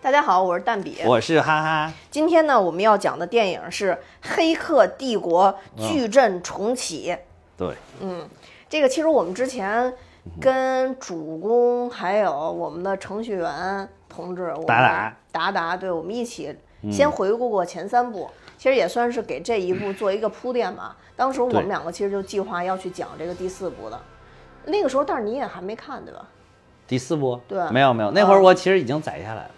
大家好，我是蛋比。我是哈哈，今天呢，我们要讲的电影是《黑客帝国：矩阵重启》。对，这个其实我们之前跟主公还有我们的程序员同志，我们达达达达，对我们一起先回顾过前三部，其实也算是给这一部做一个铺垫吧。当时我们对两个其实就计划要去讲这个第四部的，那个时候，但是你也还没看 对吧？第四部，对嗯没有没有，那会儿我其实已经载下来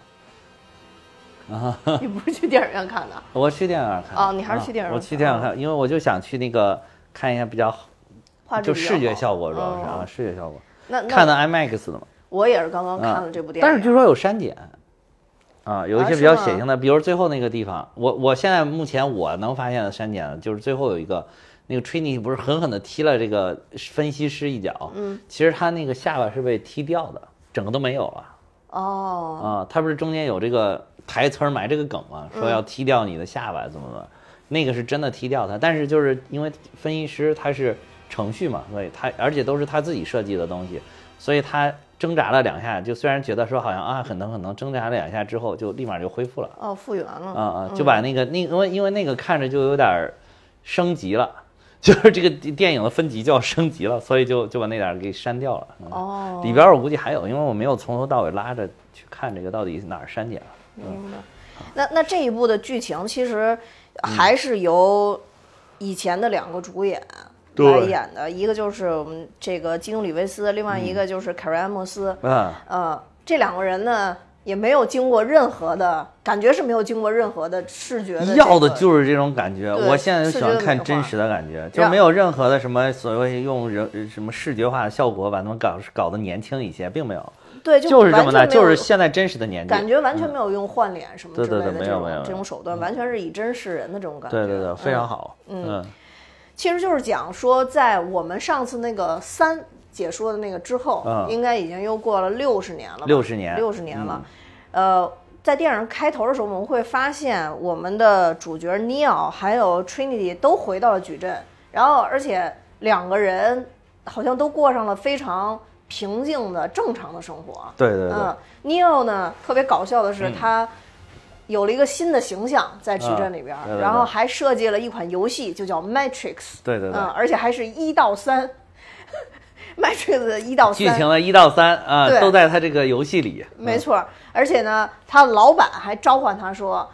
了，你不是去电影院看的？我去电影院看。哦你还是去电影院啊看我去电影院看，因为我就想去那个看一下比较好，画质就比较视觉好效果主要是嗯啊，视觉效果。那那看的 IMAX 的嘛，我也是刚刚嗯看了这部电影，但是据说有删减，啊，有一啊些是比较吗血腥的，比如最后那个地方，我我现在目前我能发现的删减就是最后有一个。那个 Trini 不是狠狠的踢了这个分析师一脚，嗯，其实他那个下巴是被踢掉的，整个都没有了，哦，啊，他不是中间有这个台词儿埋这个梗嘛，嗯说要踢掉你的下巴怎么怎么，那个是真的踢掉他，但是就是因为分析师他是程序嘛，所以他而且都是他自己设计的东西，所以他挣扎了两下，就虽然觉得说好像啊很疼很疼，挣扎了两下之后就立马就恢复了，哦，复原了啊啊，就把那个那因为因为那个看着就有点儿升级了。 就是这个电影的分级就要升级了，所以就就把那点儿给删掉了。嗯哦，里边儿我估计还有，因为我没有从头到尾拉着去看这个到底哪儿删减了。明白。那那这一部的剧情其实嗯还是由以前的两个主演来对演的，一个就是我们这个基努里维斯，另外一个就是凯瑞安莫斯。嗯，呃，这两个人呢也没有经过任何的，感觉是没有经过任何的视觉的、要的就是这种感觉。对我现在就喜欢视觉的美看化真实的感觉，就让没有任何的什么所谓用人呃什么视觉化的效果把他们搞搞得年轻一些，并没有，对，就是这么完的，全没有就是现在真实的年纪。感觉完全没有用换脸什么之对类对的对没这有种没有这种手段，完全是以真示人的这种感觉。对对对，嗯非常好。嗯，其实就是讲说，在我们上次那个三解说的那个之后，嗯应该已经又过了啊六十年了吧， 60年嗯嗯六十年了。呃，在电影开头的时候，我们会发现我们的主角尼奥还有 Trinity 都回到了矩阵，然后而且两个人好像都过上了非常平静的正常的生活。对对对嗯，尼奥呢，特别搞笑的是他。有了一个新的形象在矩阵里边儿，嗯对对对然后还设计了一款游戏，就叫 Matrix。对对对嗯，而且还是一到三 ，Matrix 的一到剧情嗯三，的一到三啊对都在他这个游戏里。没错儿。而且呢，他老板还召唤他说：“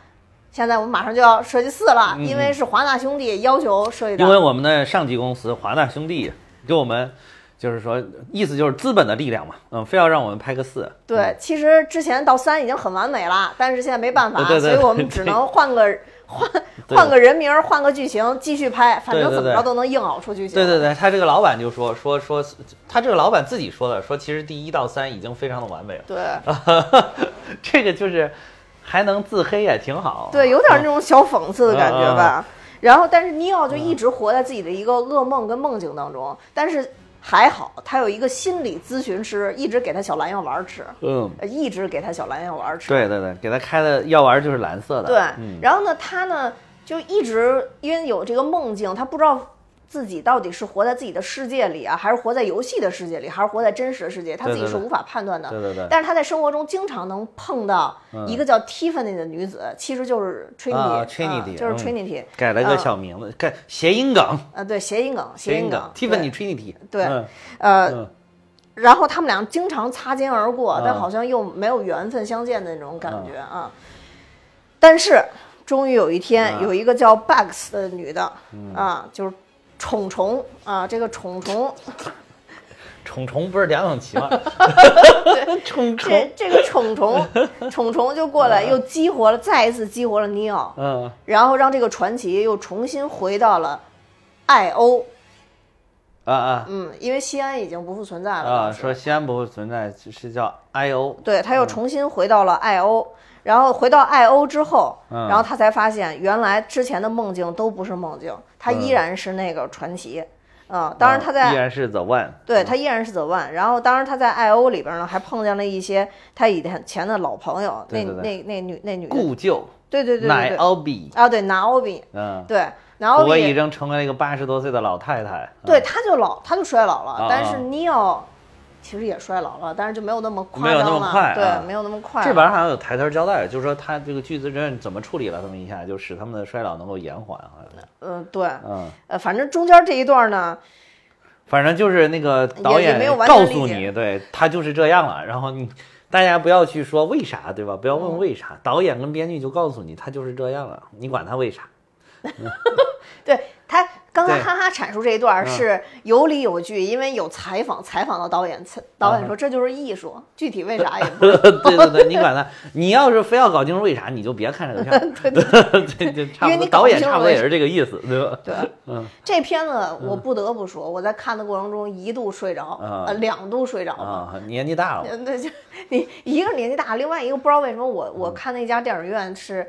现在我们马上就要设计四了，嗯因为是华纳兄弟要求设计的。”因为我们的上级公司华纳兄弟给我们，就是说意思就是资本的力量嘛，嗯，非要让我们拍个四。对，其实之前到三已经很完美了，但是现在没办法，对对对所以我们只能换个换对换个人名儿，换个剧情继续拍，反正对对怎么对着都能硬熬出剧情。对对对，他这个老板就说说说，他这个老板自己说的，说其实第一到三已经非常的完美了， 对这个就是还能自黑也挺好。对，有点那种小讽刺的感觉啊啊嗯吧。然后，但是尼奥就一直活在自己的一个噩梦跟梦境当中，但是还好他有一个心理咨询师，一直给他小蓝药丸儿吃，嗯，呃一直给他小蓝药丸儿吃。对对对，给他开的药丸就是蓝色的。对，嗯，然后呢，他呢就一直因为有这个梦境，他不知道自己到底是活在自己的世界里啊，还是活在游戏的世界里，还是活在真实的世界，他自己是对对无法判断的。对对对但是他在生活中经常能碰到一个叫 Tiffany 的女子，其实就是 Trinity，、嗯啊，Trinity，就是嗯 Trinity，、改了个小名字，改谐音梗，呃，对，谐音梗，谐音梗梗。对，Tiffany Trinity。对嗯呃嗯，然后他们俩经常擦肩而过，但啊好像又没有缘分相见的那种感嗯觉啊。但是终于有一天，啊有一个叫 Bugs 的女的嗯啊，就是宠宠啊，这个宠宠，虫虫不是梁 咏琪吗？ 虫嗯虫，这这个宠 宠，宠宠就过来又激活了，再一次激活了尼奥，嗯，然后让这个传奇又重新回到了艾欧。啊啊，嗯，因为西安已经不复存在了啊，当时说西安不会存在，是叫 I O。对，他又重新回到了艾欧，然后回到艾欧之后，嗯然后他才发现原来之前的梦境都不是梦境，他依然是那个传奇。嗯，当然他嗯哦啊依在。然是 The One。对他依然是 The One，然后当然他在艾欧里边呢，还碰见了一些他以前的老朋友，对对那那那女那女的，故旧对对对对奶对，奥比，啊对拿欧比，嗯，对拿不欧过已比，经成为了一个八十多岁的老太太。嗯对他就老他就衰老了，啊但是啊尼奥其实也衰老了，但是就没有那么夸没有张了，那么快对、啊没有那么快。这玩意儿好像有抬头交代，就是说他这个巨资阵怎么处理了他们一下，就使他们的衰老能够延缓，好像。嗯、对，嗯，呃，反正中间这一段呢，反正就是那个也导也演没有完全告诉理解你，对他就是这样了。然后你大家不要去说为啥，对吧？不要嗯问为啥，导演跟编剧就告诉你他就是这样了，你管他为啥？对他刚才对哈哈阐述这一段儿嗯是有理有据，因为有采访，采访到导演，采导演嗯说这就是艺术，具体为啥也 不对对对，你管他，你要是非要搞清楚为啥，你就别看这个片 儿。对对对，就差因为不你多，搞不导演清楚差不多为也是这个意思，对吧？对，嗯，这片子我不得不说，我在看的过程中一度睡着，啊呃，两度睡着吧。啊，年纪大了，嗯，对，就你一个是年纪大，另外一个不知道为什么我嗯我看那家电影院是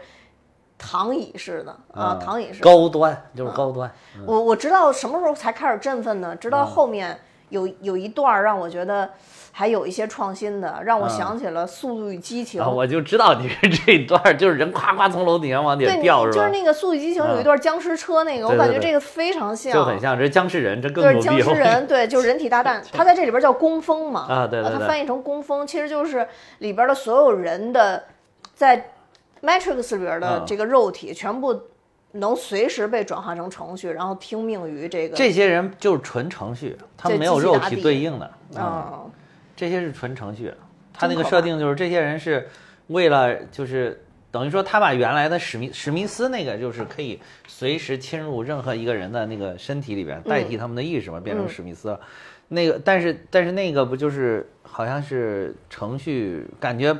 躺椅式的啊，躺椅式的。高端就是嗯高端，啊我我知道什么时候才开始振奋呢？直嗯到后面有有一段儿让我觉得还有一些创新的，让我啊想起了《速度与激情啊，》。我就知道你是这一段儿，就是人夸夸从楼顶上往底对，下你掉，是就是吧？那个《速度与激情》有一啊段僵尸车那个，我对感对觉对这个非常像，就很像，这是僵尸人，这更对牛僵逼。尸我跟你人，对，就是人体大战，它在这里边叫工蜂嘛，啊对对它对翻译成工蜂，其实就是里边的所有人的在 Matrix 里边的啊这个肉体全部能随时被转化成程序，然后听命于这个 这些人就是纯程序，他这们没有机器肉打体底对应的啊、啊，这些是纯程序。他那真个可设怕定就是这些人是为了就是等于说他把原来的史密史密斯那个就是可以随时侵入任何一个人的那个身体里嗯边，代替他们的意识嘛，变成史密斯了。那个但是但是那个不就是好像是程序感觉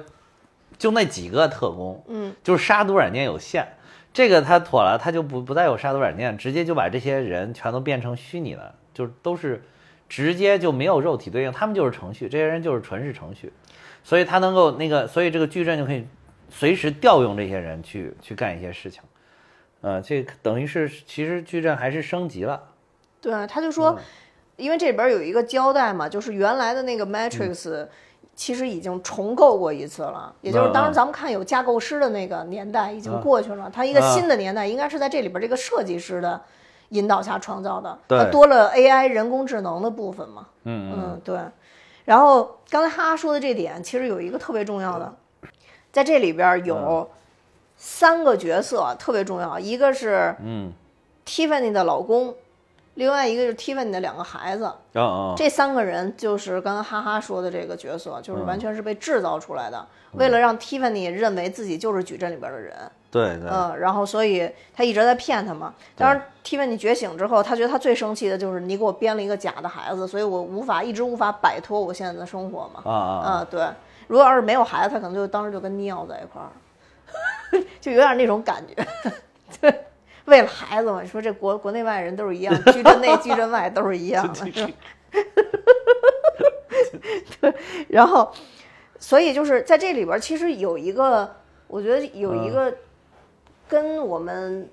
就那几个特工，嗯，就是杀毒软件有限。这个他妥了，他就不不再有杀毒软件，直接就把这些人全都变成虚拟的，就都是直接就没有肉体对应，他们就是程序，这些人就是纯是程序，所以他能够那个，所以这个矩阵就可以随时调用这些人去去干一些事情，呃，这个等于是其实矩阵还是升级了，对，啊他就说，嗯因为这里边有一个交代嘛，就是原来的那嗯个 Matrix。其实已经重构过一次了，也就是当嗯时嗯咱们看有架构师的那个年代已经嗯过去了，它一个嗯新的年代应该是在这里边这个设计师的引导下创造的，对它多了 AI 人工智能的部分嘛。嗯嗯，对。然后刚才哈哈说的这点，其实有一个特别重要的，嗯在这里边有三个角色特别重要，一个是嗯 Tiffany 的老公，另外一个就是 Tiffany 的两个孩子，嗯哦这三个人就是刚刚哈哈说的这个角色，就是嗯完全是被制造出来的，为了让 Tiffany 认为自己就是矩阵里边的人，对对，嗯，然后所以他一直在骗他嘛。当然，Tiffany 觉醒之后，他觉得他最生气的就是你给我编了一个假的孩子，所以我无法一直无法摆脱我现在的生活嘛。啊啊啊啊，对，如果要是没有孩子，他可能就当时就跟尼奥在一块儿了， 就有点那种感觉。对， 为了孩子嘛，你说这国国内外人都是一样，矩阵内、矩阵外都是一样的，是吧？对，然后，所以就是在这里边儿，其实有一个，我觉得有一个跟我们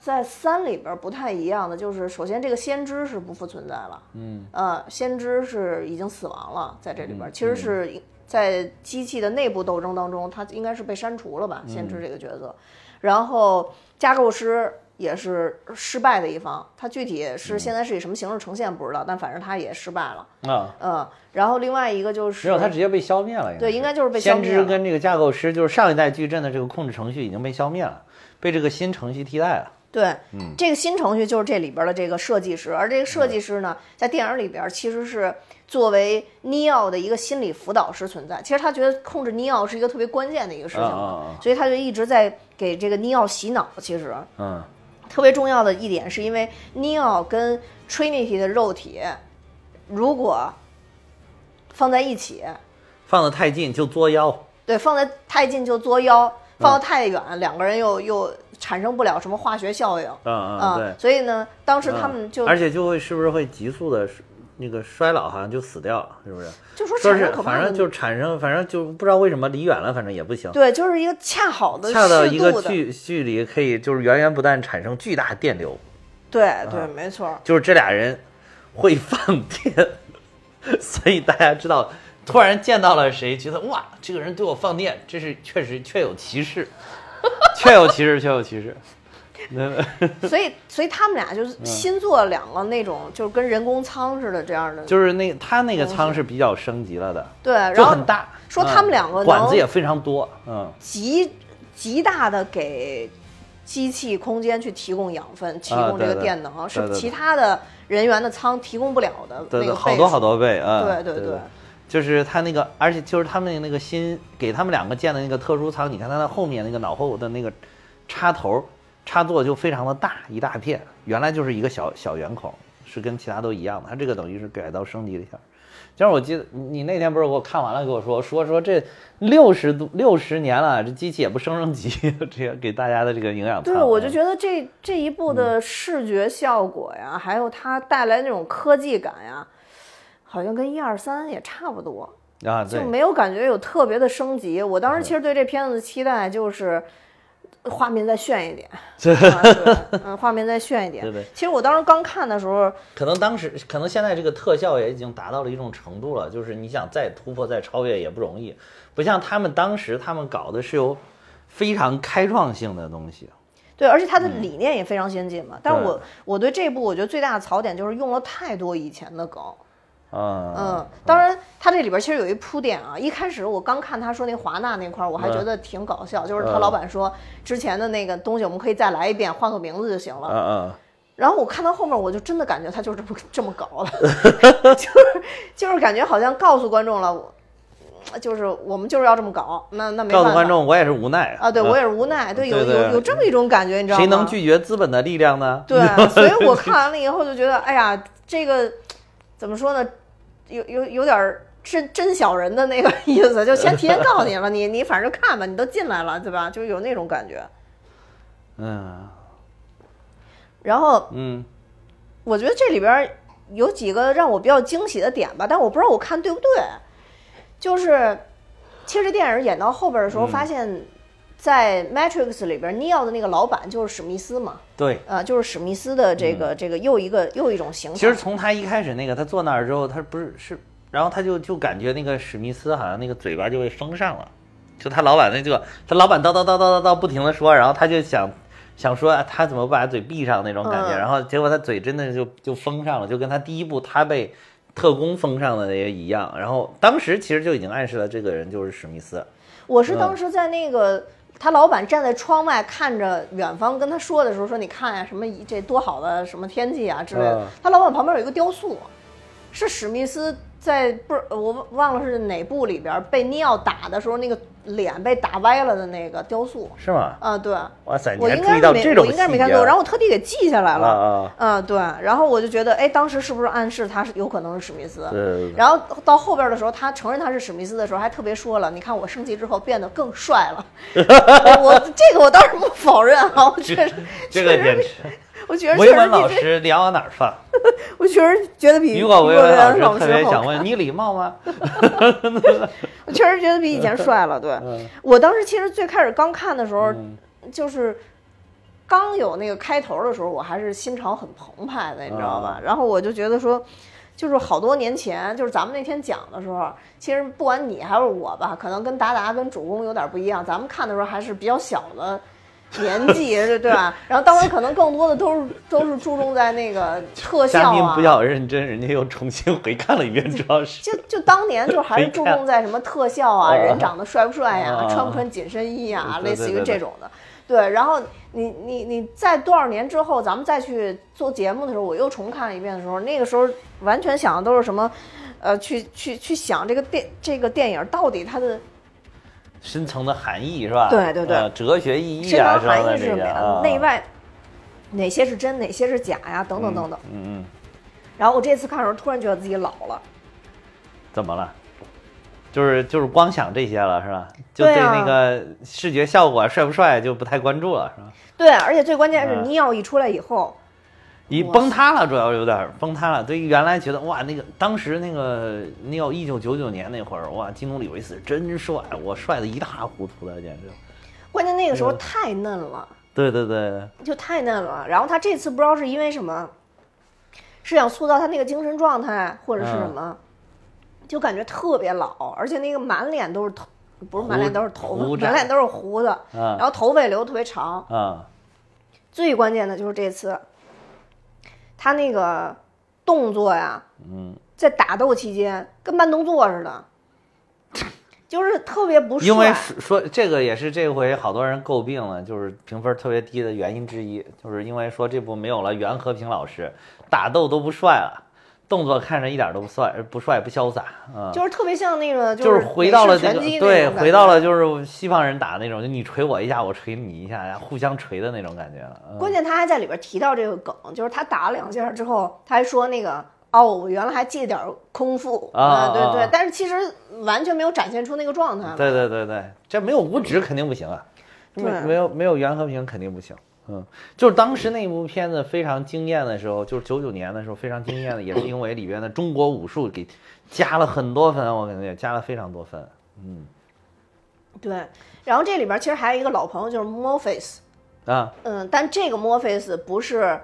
在三里边儿不太一样的，就是首先这个先知是不复存在了，嗯，呃，先知是已经死亡了，在这里边儿、其实是在机器的内部斗争当中，他应该是被删除了吧，先知这个角色，然后架构师。也是失败的一方，他具体是现在是以什么形式呈现不知道，但反正他也失败了。啊，嗯，然后另外一个就是没有，他直接被消灭了，对应该就是被消先灭了知跟这个架构师，就是上一代矩阵的这个控制程序已经被消灭了，被这个新程序替代了。对，这个新程序就是这里边的这个设计师，而这个设计师呢，在电影里边其实是作为尼奥的一个心理辅导师存在。其实他觉得控制尼奥是一个特别关键的一个事情啊嘛啊，啊所以他就一直在给这个尼奥洗脑。其实嗯，特别重要的一点是因为尼奥跟 Trinity 的肉体如果放在一起，放得太近就作妖。对，放得太近就作妖，放嗯得太远，两个人又又产生不了什么化学效应。嗯啊、嗯，对。所以呢，当时嗯他们就、而且就会是不是会急速的那个衰老，好像就死掉了，是不是？就说说产是生可怕反的，正就产生，反正就不知道为什么离远了，反正也不行。对，就是一个恰好的恰到适一个度的距距离，可以就是源源不断产生巨大电流，啊对对，没错儿，就是这俩人会放电， 所以大家知道，突然见到了谁，觉得哇，这个人对我放电，这是确实确有其事，确有其事，确有其事。所以所以他们俩嗯就是新做了两个那种就是跟人工舱似的这样的，就是那他那个舱是比较升级了的，对，然就后很大。说嗯他们两个管能子也非常多，嗯，极极大的给机器空间去提供养分，提供这对个啊对电能，对对是对其他的人员的舱提供不了的对那对，个好多好多，多倍啊、嗯对对对，就是他那个，而且就是他们那个新给他们两个建的那个特殊舱，你看它的后面那个脑后的那个插头插座就非常的大，一大片，原来就是一个小小圆孔，是跟其他都一样的，它这个等于是改造升级了一下。就是我记得你你那天不是给我看完了，跟我说说说这六十度六十年了，这机器也不升升级， 这个给大家的这个营养对，舱我就觉得这这一嗯部的视觉效果呀，还有它带来那种科技感呀，好像跟一二三也差不多，啊，对嗯就，没有感觉有特别的升级。我当时其实对这片子的期待就是。画面再炫一 点，啊对嗯，画面再炫一点。对对其实我当时刚看的时候，可能当时，可能现在这个特效也已经达到了一种程度了，就是你想再突破、再超越也不容易。不像他们当时，他们搞的是有非常开创性的东西。对，而且它的理念也非常先进嘛。但是嗯对我我对这部我觉得最大的槽点就是用了太多以前的梗。嗯嗯，当然，它这里边其实有一铺垫啊。一开始我刚看他说那华纳那块儿，我还觉得挺搞笑，就是他嗯老板说之前的那个东西我们可以再来一遍，换个名字就行了。嗯然后我看到后面，我就真的感觉他就是这么这么搞 了，就是就是感觉好像告诉观众了，我就是我们就是要这么搞，那那嗯，没办告法诉观众，我也是无奈啊，对我也是无奈，对，有对对有有这么一种感觉，你知道吗？谁能拒绝资本的力量呢？ 对，所以我看完了以后就觉得，哎呀，这个怎么说呢，有有有点儿真真小人的那个意思，就先提前告诉你了，你你反正看吧，你都进来了，对吧？就有那种感觉。嗯然后嗯，我觉得这里边儿有几个让我比较惊喜的点吧，但我不知道我看对不对。就是，其实这电影演到后边的时候，嗯发现，在 Matrix 里边，尼奥的那个老板就是史密斯嘛，对。啊，就是史密斯的这个、这个又一个又一种形态。嗯其实从他一开始那个，他坐那儿之后，他不是是，然后他就就感觉那个史密斯好像那个嘴巴就被封上了，就他老板那个，他老板叨叨叨叨叨叨不停的说，然后他就想想说、啊他怎么把嘴闭上那种感觉，嗯然后结果他嘴真的就就封上了，就跟他第一部他被特工封上的那个一样。然后当时其实就已经暗示了这个人就是史密斯，我是嗯当时在那个他老板站在窗外看着远方，跟他说的时候说：“你看啊呀、什么一这多好的什么天气啊之类的。嗯他老板旁边有一个雕塑，是史密斯在不是我忘忘了是哪部里边被尼奥打的时候，那个脸被打歪了的那个雕塑。是吗？啊，对，哇塞，哎你我还应注该意到是没这种我应该是没细节看错，啊然后我特地给记下来啊了。啊，嗯，对，然后我就觉得，哎，当时是不是暗示他是有可能是史密斯？对啊对对然后到后边的时候，他承认他是史密斯的时候，还特别说了：“你看我升级之后变得更帅 了。我”我这个我倒是不否认啊，我确实，这个确简实，直。我觉得确维实文老比这，师，你要往哪儿放？我确实觉得比如果比维莫文言老老师特别好想看问，你礼貌吗？我确实觉得比以前嗯帅了。对，我当时其实最开始刚看的时候，嗯就是刚有那个开头的时候，我还是心潮很澎湃的，你知道啊吧？然后我就觉得说。就是好多年前，就是咱们那天讲的时候，其实不管你还是我吧，可能跟达达跟主公有点不一样。咱们看的时候还是比较小的年纪， 对对吧？然后当时可能更多的都是都是注重在那个特效嘉宾啊，不要认真，人家又重新回看了 一遍，主要是就就当年就还是注重在什么特效啊，谁看人长得帅不帅呀、啊穿不穿紧身衣啊，对对类似于对对这种的。对，然后你你你在多少年之后，咱们再去做节目的时候，我又重看了一遍的时候，那个时候完全想的都是什么，呃，去去去想这个电这个电影到底它的深层的含义是吧？对对对呃哲学意义深啊层什么含的义是这什么些呀啊，，内外哪些是真，哪些是假呀，等等等等。嗯嗯，然后我这次看的时候，突然觉得自己老了。怎么了？就是就是光想这些了是吧？就对对啊那个视觉效果帅不帅就不太关注了是吧？对，而且最关键是嗯尼奥一出来以后，一哇崩塌了，主要有点儿崩塌了。对于原来觉得哇，那个当时那个那要一九九九年那会儿，哇，金东里维斯真帅，我帅的一塌糊涂的，简直。关键那个时嗯候太嫩了。对对对，就太嫩了。然后他这次不知道是因为什么，是想塑造他那个精神状态，或者是嗯什么，就感觉特别老，而且那个满脸都是头，不是满脸都是头胡发，子满脸都是胡子，啊然后头发也留得特别长。啊最关键的就是这次，他那个动作呀，嗯，在打斗期间跟慢动作似的，就是特别不因为帅。说说这个也是这回好多人诟病了，就是评分特别低的原因之一，就是因为说这部没有了袁和平老师，打斗都不帅了，动作看着一点都不帅，不帅不潇洒，嗯，就是特别像那个，就是是回到了美式那个拳击那对，种感回到觉了就是西方人打那种，就你捶我一下，我捶你一下，然后互相捶的那种感觉了。嗯关键他还在里边提到这个梗，就是他打了两下之后，他还说那个哦，我原来还记得点儿空腹啊啊对对啊，但是其实完全没有展现出那个状态嘛。对对对对，这没有五指肯定不行啊，没啊对没有没有袁和平肯定不行。嗯，就是当时那部片子非常惊艳的时候，就是九九年的时候非常惊艳的，也是因为里边的中国武术给加了很多分，我感觉加了非常多分。对，然后这里边其实还有一个老朋友就是 Morpheus，啊，嗯，但这个 Morpheus 不是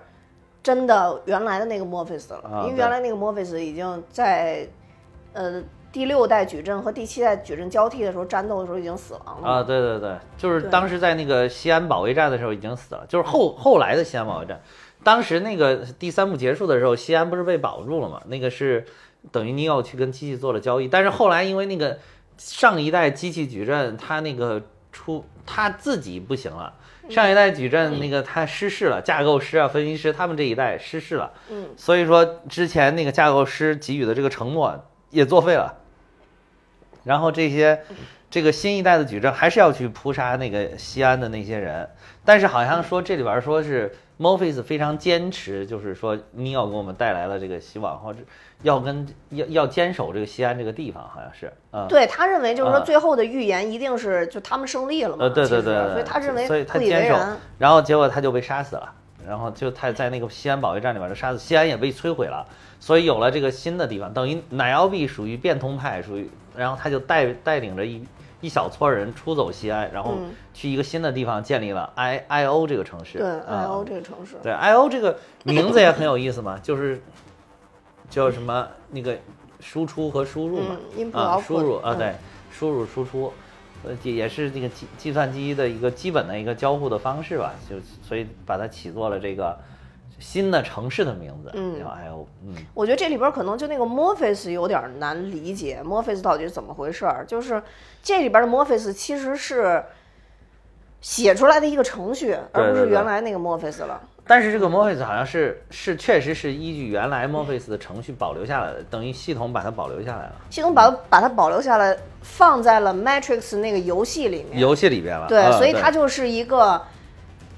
真的原来的那个 Morpheus 了，啊因为对原来那个 Morpheus 已经在呃第六代矩阵和第七代矩阵交替的时候战斗的时候已经死亡了。啊，对对对，就是对当时在那个西安保卫战的时候已经死了，就是后后来的西安保卫战。当时那个第三部结束的时候，西安不是被保住了嘛？那个是等于尼奥去跟机器做了交易，但是后来因为那个上一代机器矩阵，它那个出它自己不行了。上一代矩嗯阵那个它失事了，架构师啊、分析师他们这一代失事了，嗯，所以说之前那个架构师给予的这个承诺也作废了。然后这些这个新一代的矩阵还是要去扑杀那个西安的那些人，但是好像说这里边说是 Morpheus 非常坚持，就是说你要给我们带来了这个希望，或者要跟要要坚守这个西安这个地方，好像是啊。对他认为就是说啊最后的预言一定是就他们胜利了嘛，呃，对对其实对，对所以他认为所以他不以为坚守然。，然后结果他就被杀死了，然后就他在那个西安保卫战里边就杀死，西安也被摧毁了，所以有了这个新的地方，等于奶酪币属于变通派，属于，然后他就带带领着一一小撮人出走西安，然后嗯去一个新的地方建立了 I I O 这个城市，对啊 I O 这个城市，对 I O 这个名字也很有意思嘛，就是叫什么那个输出和输入嘛，嗯，input 啊 output，输入啊嗯对，输入输出，呃也也是这个计计算机的一个基本的一个交互的方式吧，就所以把它起作了这个新的城市的名字，嗯叫 I O，嗯我觉得这里边可能就那个 Morpheus 有点难理解，Morpheus 到底是怎么回事儿？就是这里边的 Morpheus 其实是写出来的一个程序，而不对是对原来那个 Morpheus 了。但是这个 Morpheus 好像是是确实是依据原来 Morpheus 的程序保留下来的，等于系统把它保留下来了，系统把把它保留下来，放在了 Matrix 那个游戏里面。游戏里边了，对，嗯所以它就是一个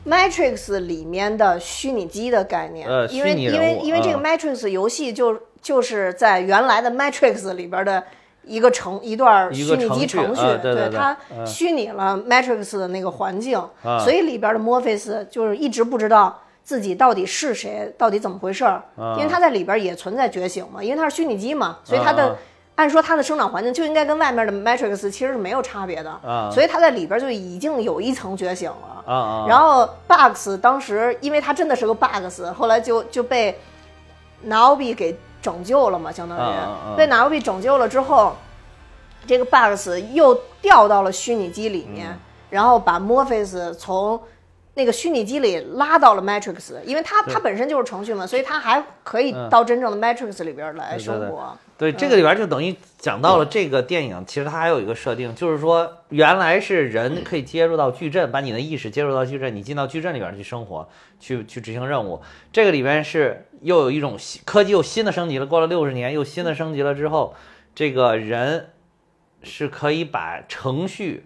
Matrix 里面的虚拟机的概念。呃因为虚拟人因为物因为这个嗯 Matrix 游戏就就是在原来的 Matrix 里边的一个程一段一虚个拟机程序程序，呃对对对它嗯虚拟了 Matrix 的那个环境，嗯所以里边的 Morpheus 就是一直不知道。自己到底是谁，到底怎么回事儿？因为他在里边也存在觉醒嘛，因为他是虚拟机嘛，所以他的、嗯嗯嗯按说他的生长环境就应该跟外面的 Matrix 其实是没有差别的，啊所以他在里边就已经有一层觉醒了。啊啊，然后 Bugs 当时因为他真的是个 Bugs，后来就就被 Naobi 给拯救了嘛，相当于、啊啊啊被 Naobi 拯救了之后，这个 Bugs 又掉到了虚拟机里面，嗯然后把 Morpheus 从那个虚拟机里拉到了 Matrix，因为他他本身就是程序嘛，所以他还可以嗯到真正的 Matrix 里边来对对生活。对对，这个里边儿就等于讲到了这个电影，其实它还有一个设定，就是说原来是人可以接入到矩阵，把你的意识接入到矩阵，你进到矩阵里边儿去生活，去去执行任务。这个里边是又有一种新科技又新的升级了，过了六十年又新的升级了之后，这个人是可以把程序。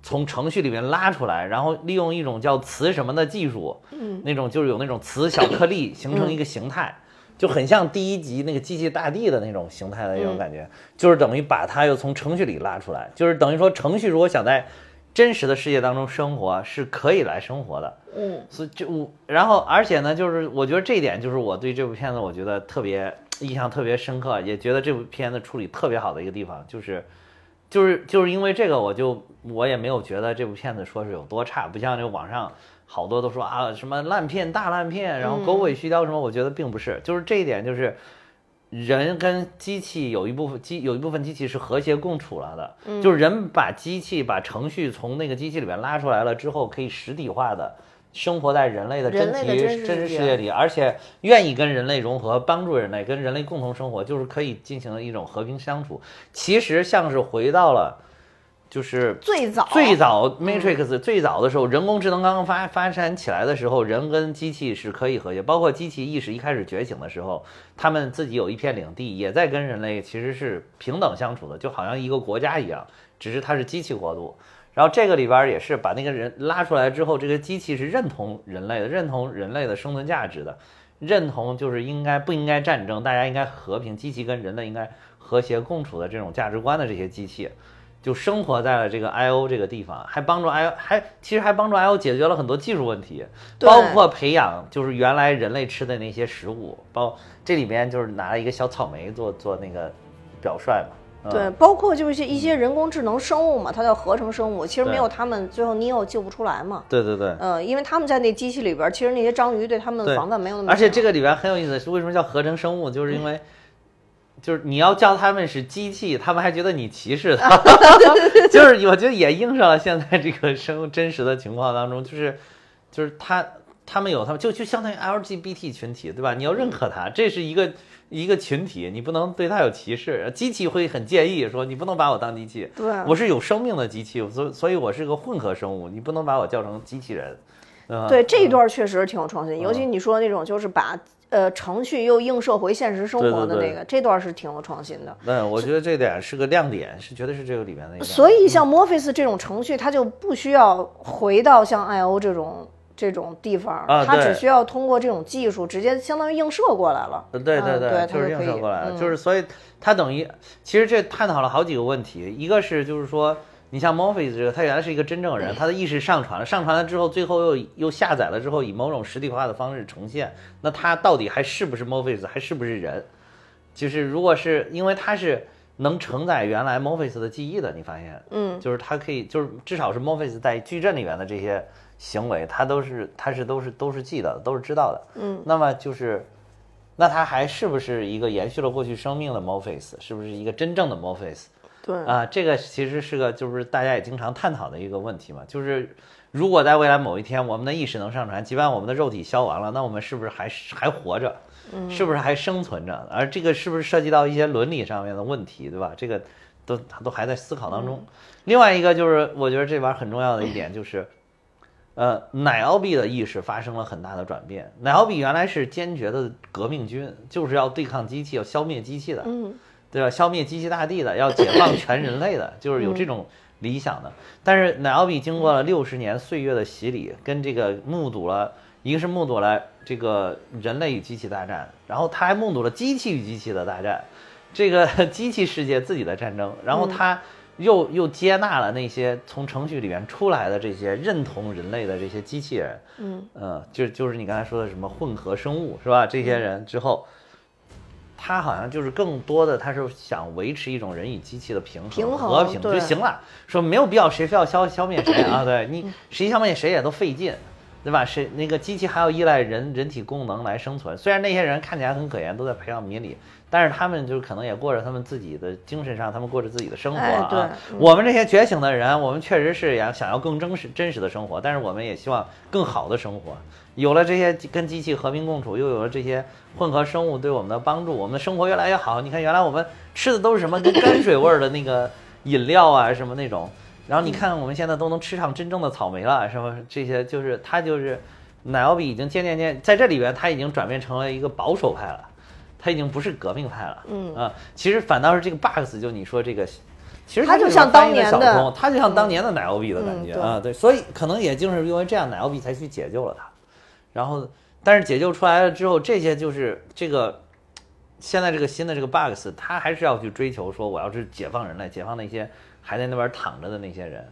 从程序里面拉出来，然后利用一种叫磁什么的技术，嗯，那种就是有那种磁小颗粒形成一个形态，就很像第一集那个机器大地的那种形态的那种感觉，就是等于把它又从程序里拉出来，就是等于说程序如果想在真实的世界当中生活是可以来生活的，嗯，所以就我，然后而且呢，就是我觉得这一点就是我对这部片子我觉得特别印象特别深刻，也觉得这部片子处理特别好的一个地方就是。就是就是因为这个，我就我也没有觉得这部片子说是有多差，不像这个网上好多都说啊什么烂片大烂片，嗯然后狗尾续貂什么，我觉得并不是，就是这一点就是人跟机器有一部分机有一部分机器是和谐共处了的，嗯就是人把机器把程序从那个机器里面拉出来了之后，可以实体化的。生活在人类的真人类的题真实真实世世界界里，而且愿意跟人类融合，帮助人类跟人类共同生活，就是可以进行一种和平相处。其实像是回到了，就是最早啊最早 Matrix 最早的时候，人工智能刚刚发发展起来的时候，人跟机器是可以和谐，包括机器意识一开始觉醒的时候，他们自己有一片领地，也在跟人类其实是平等相处的，就好像一个国家一样，只是它是机器国度。然后这个里边儿也是把那个人拉出来之后，这个机器是认同人类的，认同人类的生存价值的，认同就是应该不应该战争，大家应该和平，机器跟人类应该和谐共处的这种价值观的这些机器，就生活在了这个 I O 这个地方，还帮助 I O 还其实还帮助 I O 解决了很多技术问题，对包括培养就是原来人类吃的那些食物，包这里面就是拿了一个小草莓做做那个表率嘛，嗯、对，包括就是一些人工智能生物嘛，它叫合成生物，其实对没有他们，最后 Neo 救不出来嘛。对对 对，嗯，因为他们在那机器里边儿，其实那些章鱼对他们的对防范没有那么强。而且这个里边很有意思的是，为什么叫合成生物？就是因为，就是你要叫他们是机器，他们还觉得你歧视他。 就是我觉得也映射了现在这个生真实的情况当中，就是就是他他们有他们就就相当于 LGBT 群体，对吧？你要认可他，这是一个一个群体，你不能对他有歧视。机器会很介意，说你不能把我当机器。对我是有生命的机器，所以所以我是个混合生物，你不能把我叫成机器人。嗯对这一段确实挺有创新，尤其你说那种就是把呃程序又映射回现实生对活对的对那个，这段是挺有创新的。嗯，我觉得这点是个亮点，是绝对是这个里面的一个亮嗯点。所以像 Morpheus 这种程序，它就不需要回到像 IO 这种这种地方，啊它对只需要通过这种技术直接相当于映射过来了。呃对嗯对对就它就是映射可以嗯过来的，就是所以它等于其实这探讨了好几个问题，一个是就是说，你像 Morpheus 这个，他原来是一个真正人，他的意识上传了，上传了之后，最后又又下载了之后，以某种实体化的方式呈现，那他到底还是不是 Morpheus，还是不是人？就是如果是因为它是能承载原来 Morpheus 的记忆的，你发现，嗯，就是它可以，就是至少是 Morpheus 在矩阵里面的这些行为，它都是它是都是都是记得的，都是知道的，嗯，那么就是。那它还是不是一个延续了过去生命的 Morpheus？是不是一个真正的 Morpheus？对，啊，这个其实是个就是大家也经常探讨的一个问题嘛，就是如果在未来某一天我们的意识能上传，即便我们的肉体消亡了，那我们是不是还是还活着？是不是还生存着？而这个是不是涉及到一些伦理上面的问题，对吧？这个都都还在思考当中。另外一个就是，我觉得这玩意儿很重要的一点就是，呃，奶奥比的意识发生了很大的转变。奶奥比原来是坚决的革命军，就是要对抗机器，要消灭机器的。嗯，对吧？消灭机器大地的，要解放全人类的，就是有这种理想的。但是奶奥比经过了六十年岁月的洗礼，跟这个目睹了，一个是目睹了这个人类与机器大战，然后他还目睹了机器与机器的大战，这个机器世界自己的战争，嗯然后他又又接纳了那些从程序里面出来的这些认同人类的这些机器人，嗯嗯，就就是你刚才说的什么混合生物是吧？这嗯些人之后，他好像就是更多的，他是想维持一种人与机器的平衡、平衡和平对就行了。说没有必要谁非要消消灭谁啊？对嗯你谁消灭谁也都费劲，对吧？谁那个机器还要依赖人人体功能来生存。虽然那些人看起来很可怜，都在培养皿里，但是他们就是可能也过着他们自己的精神上，他们过着自己的生活哎啊。对我们这些觉醒的人，我们确实是也想要更真实真实的生活，但是我们也希望更好的生活。有了这些跟机器和平共处，又有了这些混合生物对我们的帮助，我们的生活越来越好。你看，原来我们吃的都是什么跟泔水味儿的那个饮料啊，什么那种。然后你看，我们现在都能吃上真正的草莓了，什么这些就是它就是奶酪比已经渐渐渐在这里边，它已经转变成了一个保守派了，它已经不是革命派了。嗯啊，其实反倒是这个 bugs，就你说这个，其实它这就里边像翻当译年小的偷它就像当年的奶酪比的感嗯觉、对啊，对，所以可能也就是因为这样，奶酪比才去解救了它。然后，但是解救出来了之后，这些就是这个现在这个新的这个 bugs，它还是要去追求说，我要是解放人类，解放那些还在那边躺着的那些人。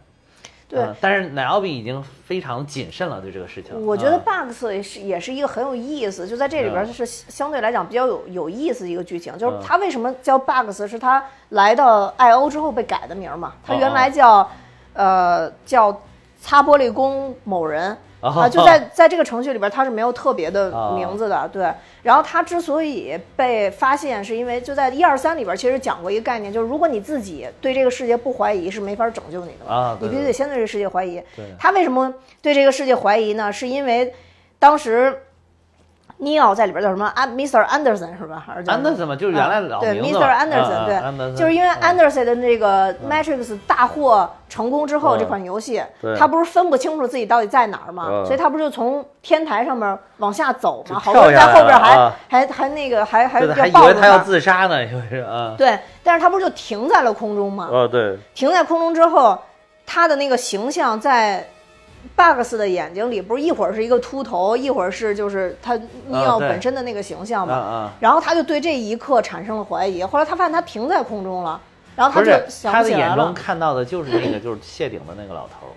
对嗯但是奶酪比已经非常谨慎了对这个事情。我觉得嗯 bugs 也是也是一个很有意思，就在这里边儿是相对来讲比较有有意思的一个剧情，就是嗯它为什么叫 bugs，是它来到 I O 之后被改的名儿嘛，它哦原哦来叫呃叫擦玻璃工某人，啊，就 在在这个程序里边，它是没有特别哦的名字的，对。然后它之所以被发现，是因为就在一二三里边，其实讲过一个概念，就是如果你自己对这个世界不怀疑，是没法拯救你的嘛啊对你必须对得先对这个世界怀疑对。他为什么对这个世界怀疑呢？是因为当时。尼奥在里边叫什么？安 Mr. Anderson 是吧？还是叫什么 Anderson 嘛就是原来啊老对名字 Mr. 嘛 Anderson，啊对，Anderson，就是因为嗯 Anderson 的那个 Matrix 大获成功之后，嗯这款游戏对他不是分不清楚自己到底在哪儿吗？嗯所以他不就从天台上面往下走吗？就好多人跳下在来后边了还、啊还还那个还还对要的还以抱为着他要自杀呢，以为是啊，对，但是他不是就停在了空中吗？哦对，停在空中之后，他的那个形象在 Bugs 的眼睛里，不是一会儿是一个秃头，一会儿是就是他尼奥对本身的那个形象啊嘛。啊，然后他就对这一刻产生了怀疑。后来他发现他停在空中了，然后不他就是想他不的起来眼中了。看到的就是那个就是谢顶的那个老头儿，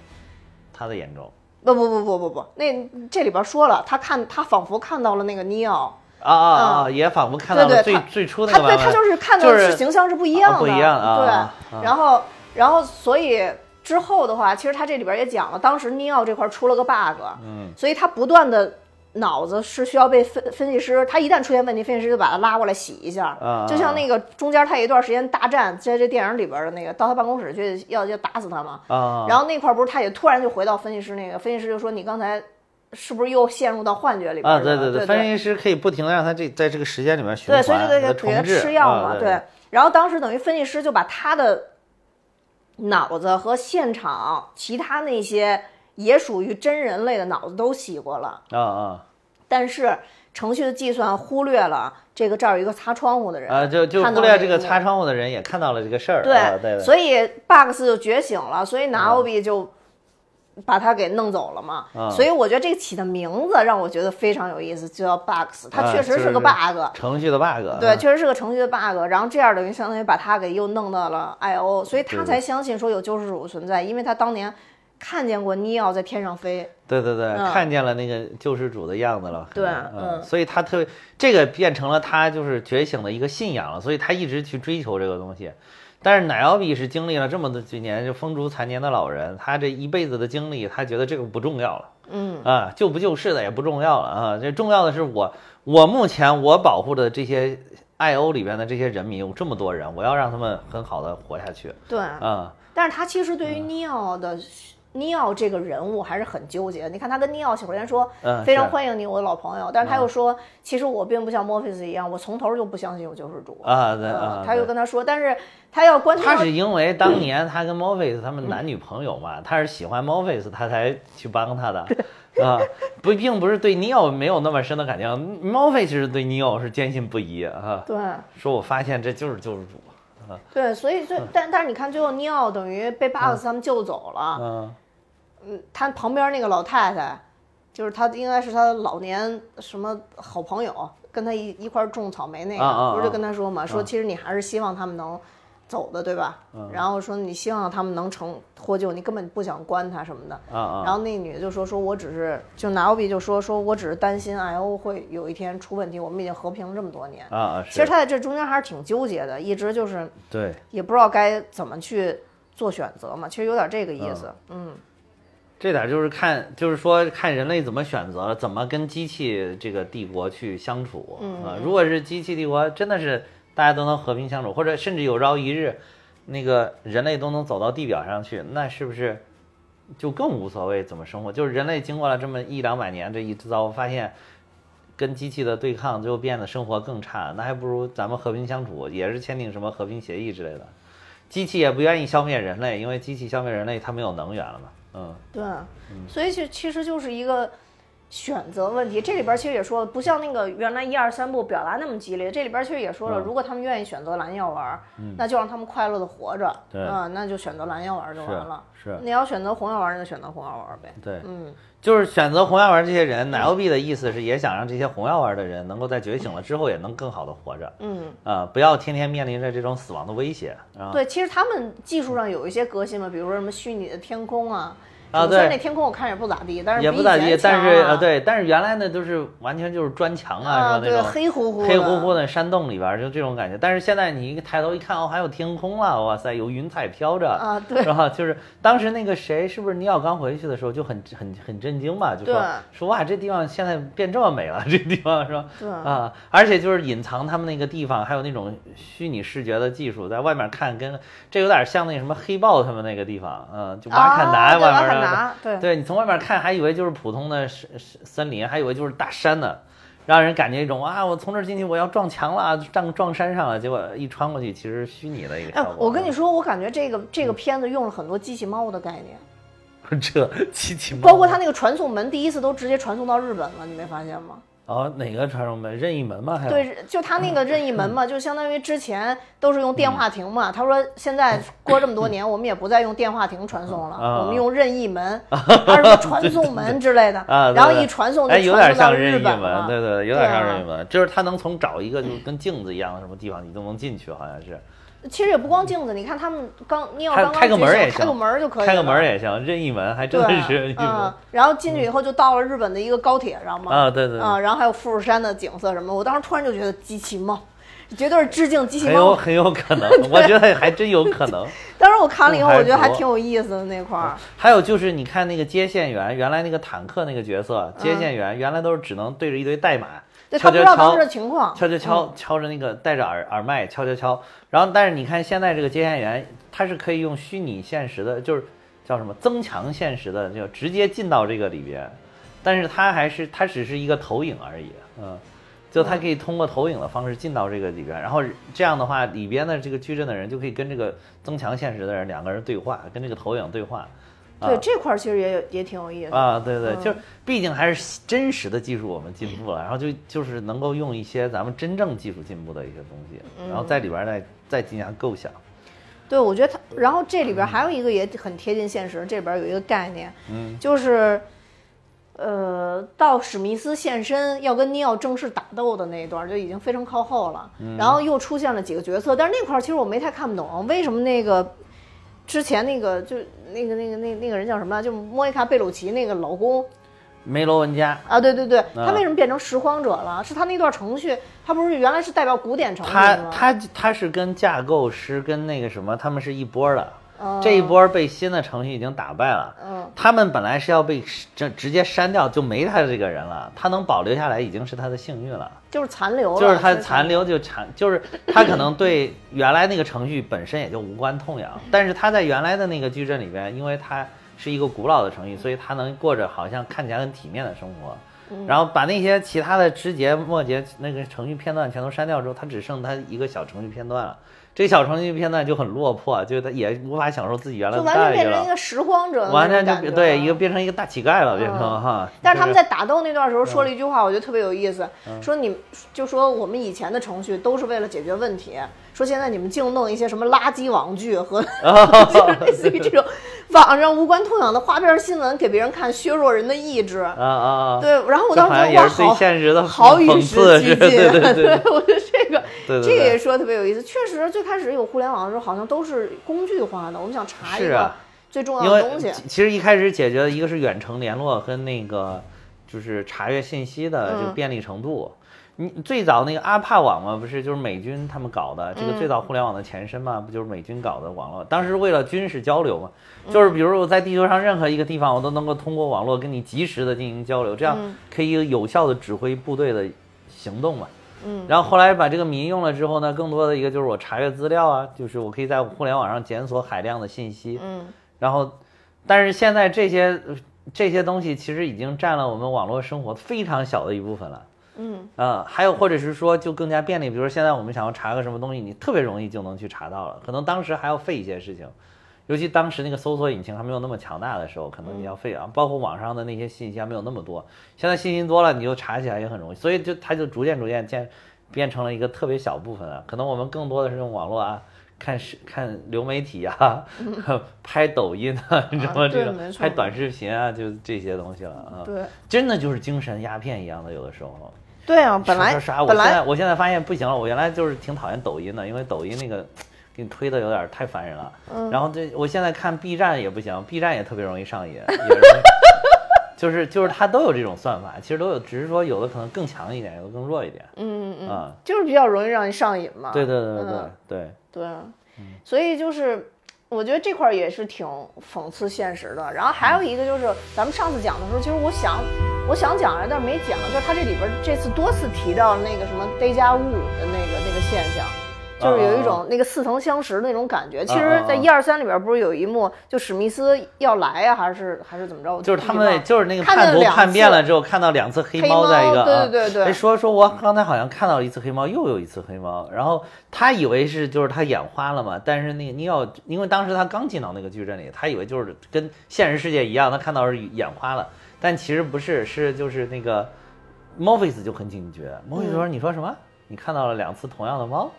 他的眼中不不不不不不，那这里边说了，他看他仿佛看到了那个尼奥，啊啊啊，也仿佛看到嗯对对了最他最初那他个版对本，他就是看到就的是是形象是不一样的，啊不一样啊对。啊啊然后然后所以之后的话，其实他这里边也讲了，当时尼奥这块出了个 bug，嗯，所以他不断的。脑子是需要被分分析师，他一旦出现问题，分析师就把他拉过来洗一下，啊啊就像那个中间他有一段时间大战，在这电影里边的那个到他办公室去要要打死他嘛，啊，然后那块儿不是他也突然就回到分析师那个，分析师就说你刚才是不是又陷入到幻觉里边啊，了？对对对，分析师可以不停的让他这在这个时间里面循对，环，所以就得给他给他重置吃药嘛，啊对对。然后当时等于分析师就把他的脑子和现场其他那些也属于真人类的脑子都洗过了，啊啊但是程序的计算忽略了这个这儿有一个擦窗户的人啊，就就看忽到略了这个一幕擦窗户的人也看到了这个事儿，对，啊对对，所以 Bugs 就觉醒了，所以拿 o b 就把他给弄走了嘛。嗯所以我觉得这个起的名字让我觉得非常有意思，就叫 Bugs，它啊确实就是个 bug，、程序的 bug，啊对，确实是个程序的 bug。然后这样等于相当于把他给又弄到了 IO，所以他对对才相信说有救世主存在，因为他当年看见过尼奥在天上飞。对对对，嗯看见了那个救世主的样子了。可对能嗯，嗯所以他特别这个变成了他就是觉醒的一个信仰了，所以他一直去追求这个东西。但是奶奥比是经历了这么多几年就风烛残年的老人，他这一辈子的经历，他觉得这个不重要了。嗯啊，救不救世的也不重要了啊，这重要的是我我目前我保护的这些 I O 里边的这些人民有这么多人，我要让他们很好的活下去对，啊。嗯但是他其实对于尼奥的。尼奥这个人物还是很纠结。你看，他跟尼奥小人说嗯非常是嗯欢迎你，我的老朋友，但是他又说，其实我并不像墨菲斯一样，我从头就不相信有救世主。啊，对啊嗯，，他又对跟他说，但是他要关注 他到是因为当年他跟 Morpheus 他们男女朋友嘛，他是喜欢 Morpheus 他才去帮他的，啊，不，并不是对 Neo 没有那么深的感情，Morpheus 是对 Neo 是坚信不疑啊，对说我发现这就是救世主，对，所以嗯最但但是你看，最后尼奥等于被巴克斯他们救走了，嗯，嗯，他旁边那个老太太，就是他应该是他老年什么好朋友，跟他一一块儿种草莓那个，啊啊啊不是就跟他说嘛，说其实你还是希望他们能。走的对吧？嗯然后说你希望他们能成获救，你根本不想关他什么的。啊啊然后那女的就说：“说我只是就拿欧比就说说我只是担心 I O 会有一天出问题，我们已经和平了这么多年。啊啊，其实是，他在这中间还是挺纠结的，一直就是对，也不知道该怎么去做选择嘛，其实有点这个意啊思。嗯，这点就是看，就是说看人类怎么选择，怎么跟机器这个帝国去相处啊、如果是机器帝国，真的是大家都能和平相处，或者甚至有朝一日，那个人类都能走到地表上去，那是不是就更无所谓怎么生活？就是人类经过了这么一两百年这一遭，发现跟机器的对抗，最后变得生活更差，那还不如咱们和平相处，也是签订什么和平协议之类的。机器也不愿意消灭人类，因为机器消灭人类，它没有能源了嘛，嗯。对，所以其其实就是一个选择问题。这里边其实也说了，不像那个原来一二三部表达那么激烈，这里边其实也说了，嗯如果他们愿意选择蓝药丸，那就让他们快乐的活着，对啊、那就选择蓝药丸就完了。是是你要选择红药丸，那就选择红药丸呗。对，嗯，就是选择红药丸这些人，奶油币的意思是也想让这些红药丸的人能够在觉醒了之后也能更好的活着，嗯，啊、不要天天面临着这种死亡的威胁啊。对，其实他们技术上有一些革新嘛，比如说什么虚拟的天空啊，啊虽然那对天空我看着也不咋地，但是也比不以咋地，前但强是啊呃，对，但是原来呢都是完全就是砖墙啊，什么那对，种黑乎乎的，呃黑乎乎的山洞里边儿，就这种感觉。但是现在你一抬头一看，哦，还有天空了，哇塞，有云彩飘着啊对然后就是当时那个谁，是不是倪杳刚回去的时候就很很很震惊嘛，就说对说哇，这地方现在变这么美了，这 地方是吧？对啊，而且就是隐藏他们那个地方，还有那种虚拟视觉的技术，在外面看跟这有点像那什么黑豹他们那个地方，嗯，就瓦坎达啊对外面瓦坎那个达对对你从外面看还以为就是普通的森森森林，还以为就是大山呢，让人感觉一种啊，我从这儿进去我要撞墙了，撞撞山上了，结果一穿过去其实是虚拟的一个哎效果。，我跟你说，我感觉这个嗯这个片子用了很多机器猫的概念，说，这机器猫，包括它那个传送门，第一次都直接传送到日本了，你没发现吗？哦哪个传送门任意门吗？还有哎对，就它那个任意门 嘛，就相当于之前都是用电话亭嘛。他说现 在过这么多年，我们也不再用电话亭传送啊了，我们用任意 门、还是传送门之类的啊，对。然后对一传送哎，就有传点送到像任日意本门，了。对对，有点像对啊任意门，就是它能从找一个就是跟镜子一样的什么地方，你都能进去，好像是其实也不光镜子，你看他们刚，你要开刚刚开个门举儿行也行开个门儿就可以了，开个门儿也行，任意门还真对，的是任意门嗯，然后进去以后就到了日本的一个高铁上嘛， 啊，对对，啊，然后还有富士山的景色什么，我当时突然就觉得机器猫，绝对是致敬机器很有猫。很有 可能，我觉得还真有可能。当时我看了以后，不排我觉得嗯还除挺有嗯意思的那块儿。还有就是，你看那个接线员，原来那个坦克那个角色，接线员原来都是只能对着一堆代码，对他敲不知道敲当敲时，的情况，敲敲敲，敲着那个带着耳耳麦敲敲敲。然后，但是你看现在这个接线员，他是可以用虚拟现实的，就是叫什么增强现实的，就直接进到这个里边，但是他还是他只是一个投影而已，嗯。就他可以通过投影的方式进到这个里边，然后这样的话，里边的这个矩阵的人就可以跟这个增强现实的人两个人对话，跟这个投影对话。啊嗯对这块儿其实也有也挺有意思的。啊，对对，就是毕竟还是真实的技术我们进步了，然后就就是能够用一些咱们真正技术进步的一些东西，然后在里边儿再再进行构想。对，我觉得它，然后这里边还有一个也很贴近现实，这里边有一个概念，嗯，就是，呃，到史密斯现身要跟尼奥正式打斗的那一段就已经非常靠后了，嗯然后又出现了几个角色，但是那块儿其实我没太看不懂，为什么那个之前那个就那个那个那那个人叫什么来，啊就莫妮卡贝鲁奇那个老公。梅罗文家，啊，对对对，他啊为什么变成拾荒者了？是他那段程序，他不是原来是代表古典程序他吗？他他是跟架构师跟那个什么，他们是一波儿的，哦这一波儿被新的程序已经打败了。嗯，他们本来是要被这直接删掉，就没他这个人了。他能保留下来已经是他的幸运了。就是残留了，就是它是残留就残，就是它可能对原来那个程序本身也就无关痛痒，但是它在原来的那个矩阵里边，因为它是一个古老的程序，所以它能过着好像看起来很体面的生活。嗯然后把那些其他的枝节末节那个程序片段全都删掉之后，它只剩它一个小程序片段了。这小程序片段就很落魄，就是它也无法享受自己原来就的完待全遇变成一了，个拾荒者的那完种全就感觉变了对一个。变成一个大乞丐了，变成嗯哈。但是他们就嗯在打斗那段时候说了一句话，我觉得特别有意思，说你就说我们以前的程序都是为了解决问题，说现在你们净弄一些什么垃圾网剧 和 就是类似于这种网上无关痛痒的花边新闻给别人看，削弱人的意志。啊啊啊！对，然后我当这时觉得哇，好像也是最好现实的好与讽时刺，俱进，是 对 对对我觉得这个对 这个对对也说得特别有意思。确实，最开始有互联网的时候，好像都是工具化的。我们想查一是个啊最重因要的东西为，其嗯其实一开始解决的一个是远程联络跟那个就是查阅信息的嗯这个便利程度。你最早那个阿帕网嘛，不是就是美军他们搞的，这个最嗯早互联网的前身嘛，不就是美军搞的网络？当时为了军事交流嘛，嗯就是比如我在地球上任何一个地方，我都能够通过网络跟你及时的进行交流，这样嗯可以有效的指挥部队的行动嘛。嗯，然后后来把这个民用了之后呢，更多的一个就是我查阅资料啊，就是我可以在互联网上检索海量的信息，嗯，然后，但是现在这些呃这些东西其实已经占了我们网络生活非常小的一部分了。嗯，啊、还有或者是说就更加便利，比如说现在我们想要查个什么东西，你特别容易就能去查到了，可能当时还要费一些事情。尤其当时那个搜索引擎还没有那么强大的时候，可能嗯你要费啊，包括网上的那些信息还没有那么多。现在信息多了，你就查起来也很容易，所以就它就逐渐逐渐变变成了一个特别小部分啊。可能我们更多的是用网络啊，看视看流媒体啊， 拍抖音啊，你知道吗？嗯这对个没错拍短视频啊，就这些东西了啊。对真的就是精神鸦片一样的，有的时候。对啊，本来刷刷刷，我本现来在我现在发现不行了，我原来就是挺讨厌抖音的，因为抖音那个给你推的有点太烦人了。嗯然后这我现在看 B 站也不行，B 站也特别容易上瘾，也是 就是就是它都有这种算法，其实都有，只是说有的可能更强一点，有的更弱一点。嗯嗯啊、嗯，就是比较容易让你上瘾嘛。对嗯对对对嗯对对啊，所以就是我觉得这块儿也是挺讽刺现实的。然后还嗯有一个就是咱们上次讲的时候，其实我想我想讲啊来，但是没讲，就是他这里边儿这次多次提到那个什么 deja vu 的那个那个现象。就是有一啊种那个似曾相识的那种感觉。其实，在一二三里边儿不是有一幕，就史密斯要来呀、还是还是怎么着？我就是他忘了们就是那个看见叛徒两叛变次了之后，看到两次黑黑猫在一个猫对啊对对对哎说说我刚才好像看到一次黑猫，又有一次黑猫，然后他以为是就是他眼花了嘛，但是那个尼奥因为当时他刚进到那个矩阵里，他以为就是跟现实世界一样，他看到是眼花了，但其实不是，是就是那个 Morpheus 就很警觉，Morpheus 说你说什么？你看到了两次同样的猫？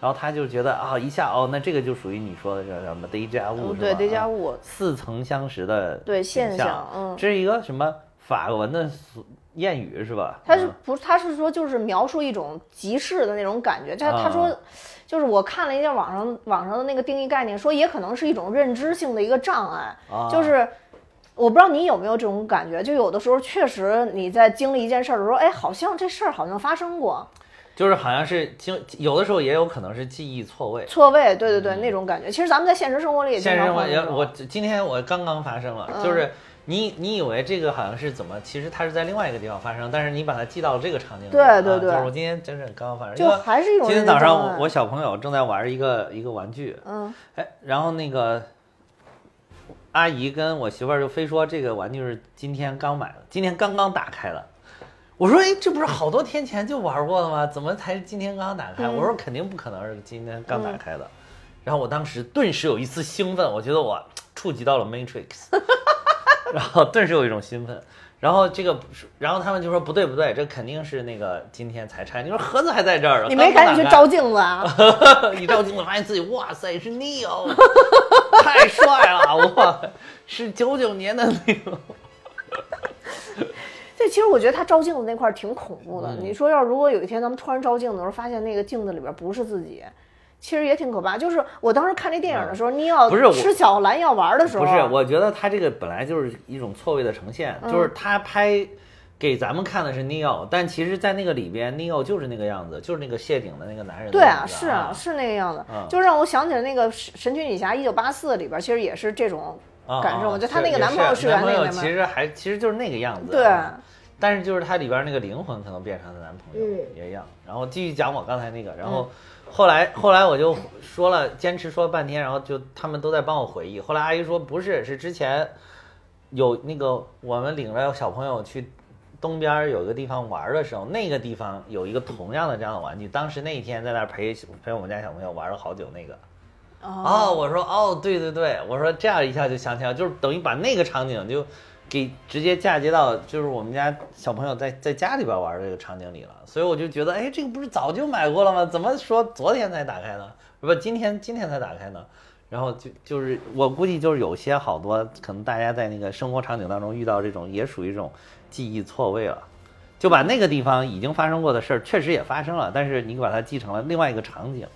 然后他就觉得啊、一下哦，那这个就属于你说的这什么 deja vu 嗯，是吧？对啊 deja vu，似曾相识的对现现象嗯这是一个什么法文的俗谚语是吧？他是嗯不是？他是说就是描述一种集市的那种感觉。他他啊说，就是我看了一下网上网上的那个定义概念，说也可能是一种认知性的一个障碍，啊就是。我不知道你有没有这种感觉，就有的时候确实你在经历一件事儿的时候，哎，好像这事儿好像发生过，就是好像是经有的时候也有可能是记忆错位。错位，对对对，那种感觉。其实咱们在现实生活里也经嗯现实常生活会有也这种我今天我刚刚发生了，嗯就是你你以为这个好像是怎么，其实它是在另外一个地方发生，但是你把它记到了这个场景里。对啊对对就是我今天真是刚刚发生，就因为还是一种今认天知早上障碍我我小朋友正在玩一个一个玩具，嗯哎，然后那个阿姨跟我媳妇儿就非说这个玩具是今天刚买的，今天刚刚打开的。我说，哎，这不是好多天前就玩过了吗？怎么才是今天刚刚打开？我嗯说肯定不可能是今天刚打开的。然后我当时顿时有一丝兴奋，我觉得我触及到了 Matrix，然后顿时有一种兴奋。然后这个不是，然后他们就说不对不对，这肯定是那个今天才拆。你说盒子还在这儿啊，你没刚赶刚紧去打开照镜子啊？ 一照镜子发现自己，哇塞，是 Neo，太帅了，哇，是九九年的 Neo。这其实我觉得他照镜子那块儿挺恐怖的。嗯你说要如果有一天咱们突然照镜子的时候，发现那个镜子里边不是自己，其实也挺可怕。就是我当时看这电影的时候，你要嗯不是我吃小蓝药丸的时候，不是，我觉得他这个本来就是一种错位的呈现，就是嗯他拍给咱们看的是 Neo，但其实，在那个里边，Neo 就是那个样子，就是那个谢顶的那个男人的对啊，样子是啊，是那个样子，嗯就是让我想起了那个《神神奇女侠一九八四》里边，其实也是这种啊感受。啊就她那也个男朋友是演男那朋个友嘛其，实还其实就是那个样子，啊对，啊但是就是它里边那个灵魂可能变成了男朋友嗯也一样。然后继续讲我刚才那个，然后后来后来我就说了，坚持说了半天，然后就他们都在帮我回忆。后来阿姨说不是，是之前有那个我们领着小朋友去。东边有一个地方玩的时候，那个地方有一个同样的这样的玩具。当时那一天在那儿陪陪我们家小朋友玩了好久，那个哦，我说哦，对对对，我说这样一下就想起来了，就是等于把那个场景就给直接嫁接到就是我们家小朋友在在家里边玩的这个场景里了，所以我就觉得，哎，这个不是早就买过了吗？怎么说昨天才打开呢？不，今天今天才打开呢？然后就就是我估计就是有些好多可能大家在那个生活场景当中遇到这种也属于这种记忆错位了。就把那个地方已经发生过的事儿，确实也发生了，但是你把它记成了另外一个场景，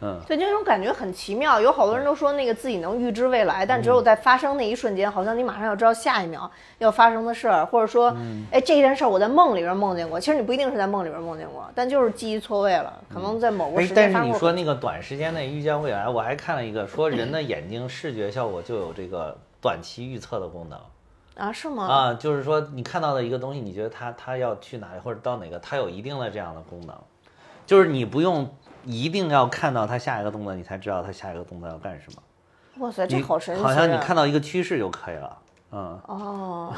嗯，对，这种感觉很奇妙。有好多人都说那个自己能预知未嗯来，但只有在发生那一瞬间，好像你马上要知道下一秒要发生的事儿，或者说，嗯哎，这件事儿我在梦里边梦见过。其实你不一定是在梦里边梦见过，但就是记忆错位了，可能在某个哎时但间是发你生说过。那个短时间内预见未来，我还看了一个嗯说人的眼睛视觉效果就有这个短期预测的功能啊，是吗？啊，就是说你看到的一个东西，你觉得它它要去哪里或者到哪个，它有一定的这样的功能，就是你不用一定要看到它下一个动作，你才知道它下一个动作要干什么。哇塞，这你好神奇、啊！好像你看到一个趋势就可以了。嗯，哦，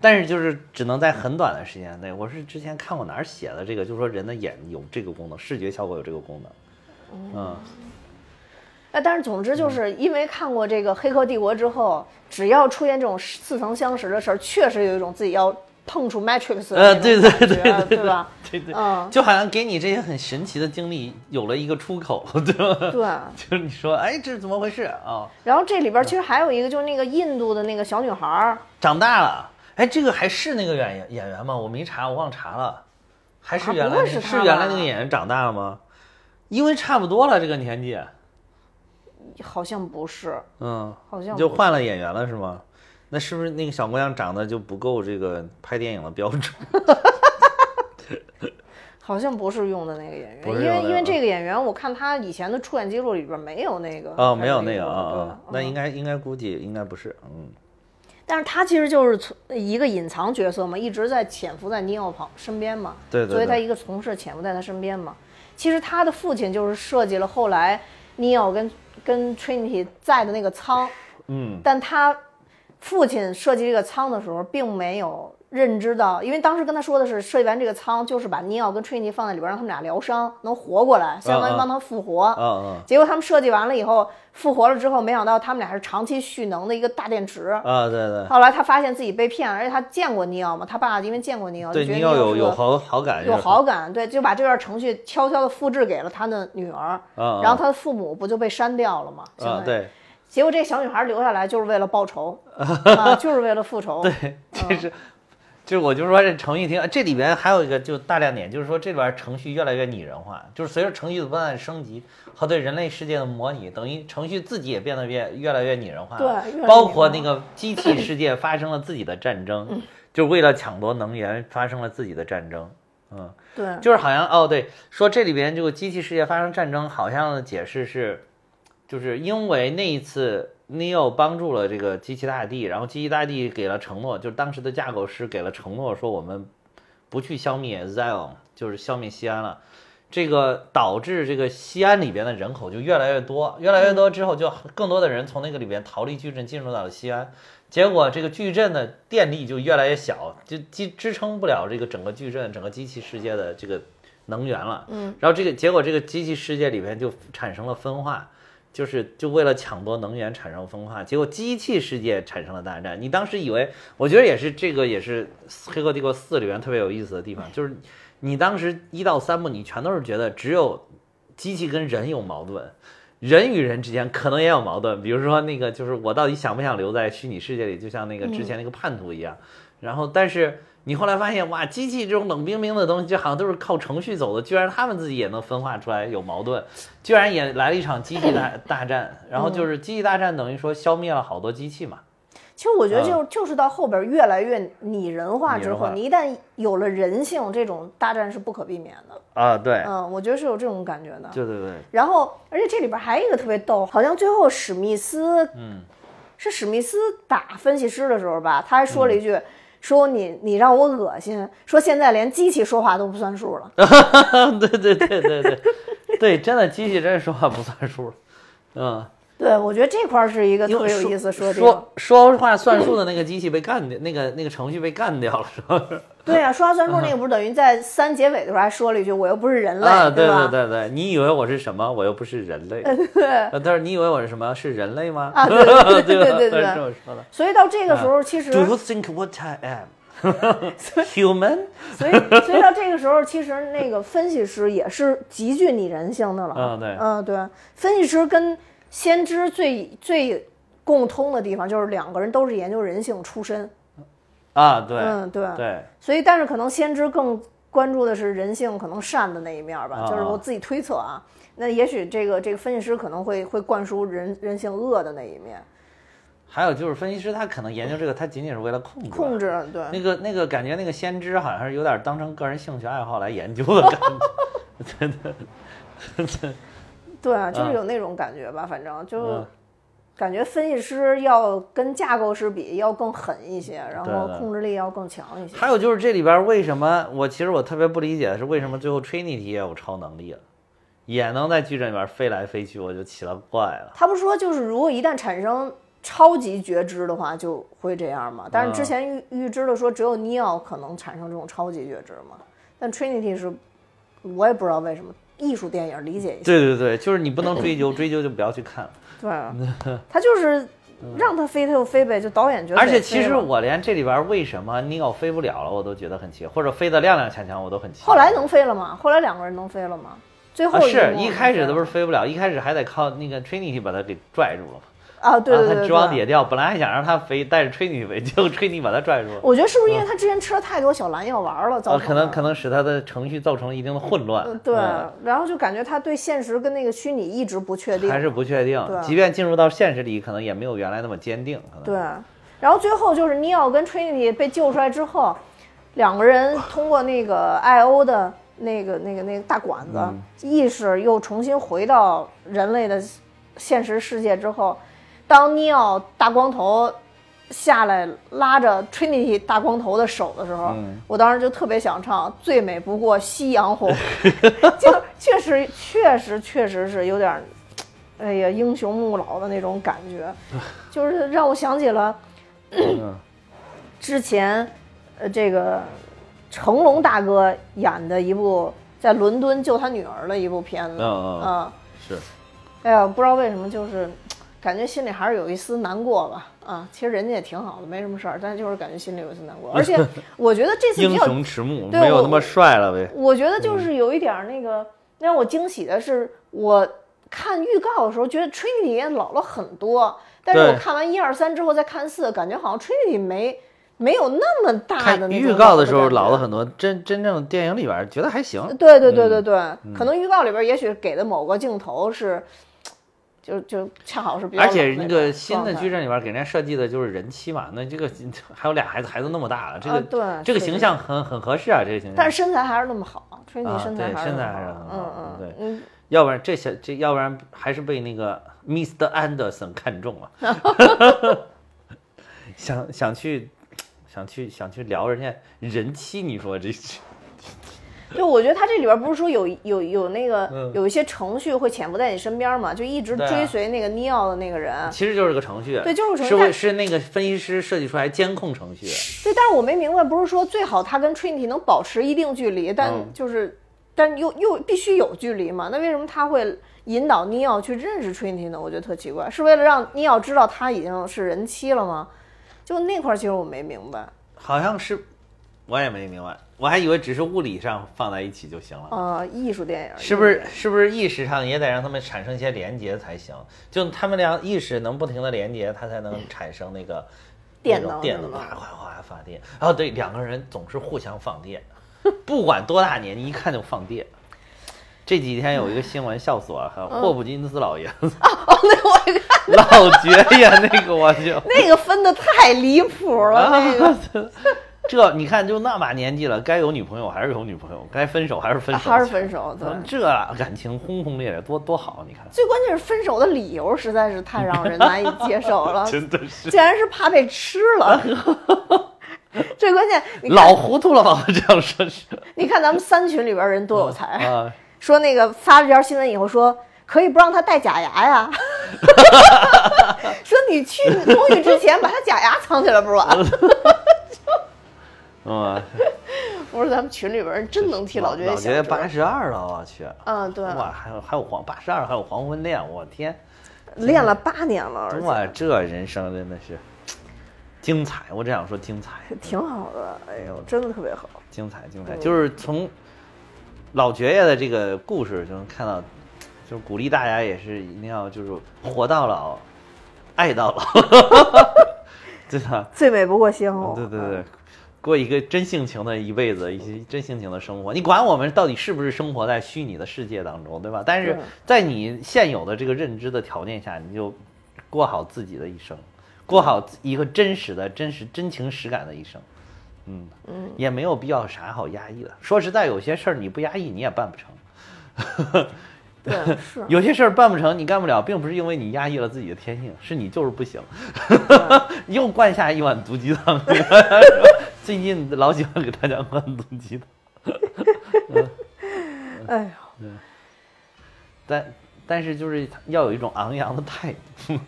但是就是只能在很短的时间内。我是之前看过哪儿写的这个，就说人的眼有这个功能，视觉效果有这个功哦能。嗯，那哎但是总之就是因为看过这个《黑客帝国》之后，只要出现这种似曾相识的事儿，确实有一种自己要碰触 Matrix 的呃那种感觉对对对对对吧？对对，嗯就好像给你这些很神奇的经历有了一个出口， 对吧？对。就是你说，哎，这是怎么回事啊、然后这里边其实还有一个，就是那个印度的那个小女孩儿，长大了，哎，这个还是那个演员演员吗？我没查，我忘查了，还是啊原不来会那是是他原吧来那个演员长大了吗？因为差不多了，这个年纪，啊好像不是，嗯，好像就不换了演员了是吗？那是不是那个小姑娘长得就不够这个拍电影的标准？好像不是用的那个演员，不是因为用的因为嗯这个演员，我看他以前的出演记录里边没有那个 哦，没有还那个啊对啊，那应嗯该应该估计应该不是，嗯，但是他其实就是从一个隐藏角色嘛，一直在潜伏在尼奥旁身边嘛，对对所以他对一个同事潜伏在他身边嘛。其实他的父亲就是设计了后来尼奥跟跟 Trinity 在的那个舱，嗯，但他父亲设计这个舱的时候，并没有认知到，因为当时跟他说的是，设计完这个舱就是把尼奥跟 Trinity 放在里边，让他们俩疗伤，能活过来，相当于帮他们复活。啊啊结果他们设计完了以后，复活了之后，没想到他们俩是长期蓄能的一个大电池。啊，对对。后来他发现自己被骗了，而且他见过尼奥嘛，他爸因为见过尼奥，对就觉得你要有是有个好好感，有好感，对，就把这段程序悄悄的复制给了他的女儿，啊，然后他的父母不就被删掉了嘛？相啊当于，对结果这小女孩留下来就是为了报 仇，啊，就是为了复仇。对，这是，就是我就说这程序挺，这里边还有一个就大亮点，就是说这里边程序越来越拟人化，就是随着程序的不断升级和对人类世界的模拟，等于程序自己也变得越越来越拟人化了，对越来越包拟人括化嗯那个机器世界发生了自己的战争，就为了抢夺能源发生了自己的战争，嗯。对就是好像哦，对，说这里边这个机器世界发生战争，好像的解释是，就是因为那一次 Neo 帮助了这个机器大帝，然后机器大帝给了承诺，就是当时的架构师给了承诺，说我们不去消灭 Zion，就是消灭西安了。这个导致这个西安里边的人口就越来越多，越来越多之后，就更多的人从那个里边逃离矩阵，进入到了西安。结果这个矩阵的电力就越来越小，就支支撑不了这个整个矩阵、整个机器世界的这个能源了。嗯，然后这个结果，这个机器世界里边就产生了分化，就是就为了抢夺能源产生分化，结果机器世界产生了大战。你当时以为，我觉得也是这个也是《黑客帝国四》里边特别有意思的地方，就是你当时一到三部你全都是觉得只有机器跟人有矛盾，人与人之间可能也有矛盾，比如说那个就是我到底想不想留在虚拟世界里，就像那个之前那个叛徒一样。然后，但是你后来发现，哇，机器这种冷冰冰的东西，就好像都是靠程序走的，居然他们自己也能分化出来有矛盾，居然也来了一场机器大大战。然后就是机器大战等于说消灭了好多机器嘛。其实我觉得就、就是到后边越来越拟人化之嗯拟人后，化你一旦有了人性，这种大战是不可避免的。啊，对，嗯，我觉得是有这种感觉的。 对对对，然后，而且这里边还有一个特别逗，好像最后史密斯，嗯，是史密斯打分析师的时候吧，他还说了一句，嗯说你你让我恶心，说现在连机器说话都不算数呃了。对对对对对对，真的机器真是说话不算数了，嗯。对，我觉得这块儿是一个因特为别有意思的说设定。说 说话算数的那个机器被干掉， 那个那个程序被干掉了，是吧？对呀、说话算数那个不是等于在三结尾的时候还说了一句，我又不是人类，啊，对吧？对对，你以为我是什么？我又不是人类。 对。呃但是你以为我是什么？是人类吗？ 啊对对对吧对对对他是这么说的。所以到这个时候，其 实 Do you think what I am? Human？所以，所以到这个时候，其实那个分析师也是极具拟人性的了。嗯对嗯，对，分析师跟先知最最共通的地方就是两个人都是研究人性出身。啊，对，嗯，对。对，所以，但是可能先知更关注的是人性可能善的那一面吧，啊啊就是我自己推测啊。那也许这个这个分析师可能会会灌输人人性恶的那一面，还有就是分析师他可能研究这个，他仅仅是为了控制控制。制对。那个那个感觉，那个先知好像是有点当成个人兴趣爱好来研究的感觉。对啊，就是嗯有那种感觉吧，反正就嗯感觉分析师要跟架构师比要更狠一些，然对后对控制力要更强一些。还有就是这里边为什么我其实我特别不理解的是为什么最后 Trinity 也有超能力了，也能在矩阵里边飞来飞去，我就奇了怪了。他不是说就是如果一旦产生超级觉知的话就会这样吗？嗯但是之前预预知的说只有尼奥可能产生这种超级觉知嘛，但 Trinity 是，我也不知道为什么艺术电影理解一下，对对对，就是你不能追究，追究就不要去 看了。对啊，他就是让他飞他就飞呗，就导演觉得嗯而也飞了。且其实我连这里边为什么 Neo 飞不了了，我都觉得很奇怪，或者飞得踉踉跄跄，我都很奇怪。后来能飞了吗？后来两个人能飞了吗？最后啊，一幕是能一飞开始了都不是飞不了，一开始还得靠那个 Trinity 把他给拽住了嘛。啊，对对对然后对他对直往底下掉，本来还想让他飞，带着吹女飞，结果吹女把他拽住了。 我觉得是不是因为他之前吃了太多小蓝药丸了，造呃，成嗯可能的可能使他的程序造成了一定的混乱。嗯对嗯，然后就感觉他对现实跟那个虚拟一直不确定，还是不确定对。即便进入到现实里，可能也没有原来那么坚定。可能对，然后最后就是尼奥跟 Trinity 被救出来之后，两个人通过那个艾欧的那个那个那个大管子，意识又重新回到人类的现实世界之后，当尼奥大光头下来拉着 Trinity 大光头的手的时候，嗯我当时就特别想唱《最美不过夕阳红》，就确实确实确实是有点儿。哎呀，英雄穆老的那种感觉，就是让我想起了嗯之前，呃，这个成龙大哥演的一部在伦敦救他女儿的一部片子，嗯嗯，啊，是哎呀，不知道为什么，就是感觉心里还是有一丝难过吧，啊，其实人家也挺好的，没什么事儿，但就是感觉心里有一丝难过，而 且我觉得这次比英较雄迟暮，对没有我那么帅了呗。我觉得嗯就是有一点儿那个让我惊喜的是，我看预告的时候觉得 Trinity 也老了很多，但是对我看完一二三之后再看四，感觉好像 Trinity 没没有那么大的看那预种告的时候感觉嗯老了。很多，真真正电影里边觉得还行。对对对嗯对对，可能预告里边也许给的某个镜头是，就就恰好是比较而老且的那种个新的状态矩阵里边给人家设计的就是人妻嘛，那这个 还有俩孩子，孩子那么大了，这啊个对这个是形的象很很合适啊，这个形象。但是身材还是那么好，Trinity 啊身材对还是身那材么还是好很好嗯对嗯要不然这小这，要不然还是被那个 Mr. Anderson 看中了， 想想去想去想去聊人家人妻，你说这是嗯， 就我觉得它这里边不是说有有有那个嗯有一些程序会潜伏在你身边嘛，就一直对啊追随那个尼奥的那个 人，其实就是个程序，对就是个程序是会但是那个分析师设计出来监控程序，对，但是我没明白，不是说最好他跟 Trinity 能保持一定距离，但嗯就是，但又又必须有距离嘛？那为什么他会引导尼奥去认识 Trinity 呢？我觉得特奇怪，是为了让尼奥知道他已经是人妻了吗？就那块儿，其实我没明白。好像是我也没明白，我还以为只是物理上放在一起就行了。呃，艺术电影是不是？是不是意识上也得让他们产生一些连接才行？就他们俩意识能不停的连接，它才能产生那个嗯电那种能电是能吗哗哗哗发电。哦，对，两个人总是互相放电，不管多大年纪，一看就放电。这几天有一个新闻笑死我了，还有嗯霍普金斯老爷子、哦，那 我也看老爵爷那个，我就那个分的太离谱了，那 个、啊，这你看就那把年纪了，该有女朋友还是有女朋友，该分手还是分手，啊还是分手，对。这感情轰轰烈烈，多多好，你看。，最关键是分手的理由实在是太让人难 以接受了真的是竟然是怕被吃了。 最关键，你看老糊涂了吧？我这样说是你看咱们三群里边人多有才，啊，说那个发这条新闻以后说可以不让他戴假牙 呀，说你去公寓之前把他假牙藏起来不是 完了？嗯，我说咱们群里边人真能替老爵老想爵爷八辙。十二了，我去，嗯，对，哇，还有还有黄八十二，还有黄昏恋，我天，练了八年了，而且哇，这人生真的是精彩，我只想说 精彩，挺好的，哎呦，真的特别好。精彩，嗯精彩，就是从老爵爷的这个故事就能看到，就是鼓励大家也是一定要就是活到老，爱 到老， 真的。最美不过夕阳红，嗯对对对，过一个真性情的一辈子，一些真性情的生活。你管我们到底是不是生活在虚拟的世界当中，对吧？但是对在你现有的这个认知的条件下，你就过好自己的一生，过好一个真实的、真实、真情实感的一生。嗯嗯，也没有必要啥好压抑的。说实在，有些事儿你不压抑你也办不成。。对对是有些事儿办不成，你干不了，并不是因为你压抑了自己的天性， 是你就是不行。又灌下一碗毒鸡汤， 最近老喜欢给大家灌毒鸡汤，哎呦，但但是就是要有一种昂扬的态度，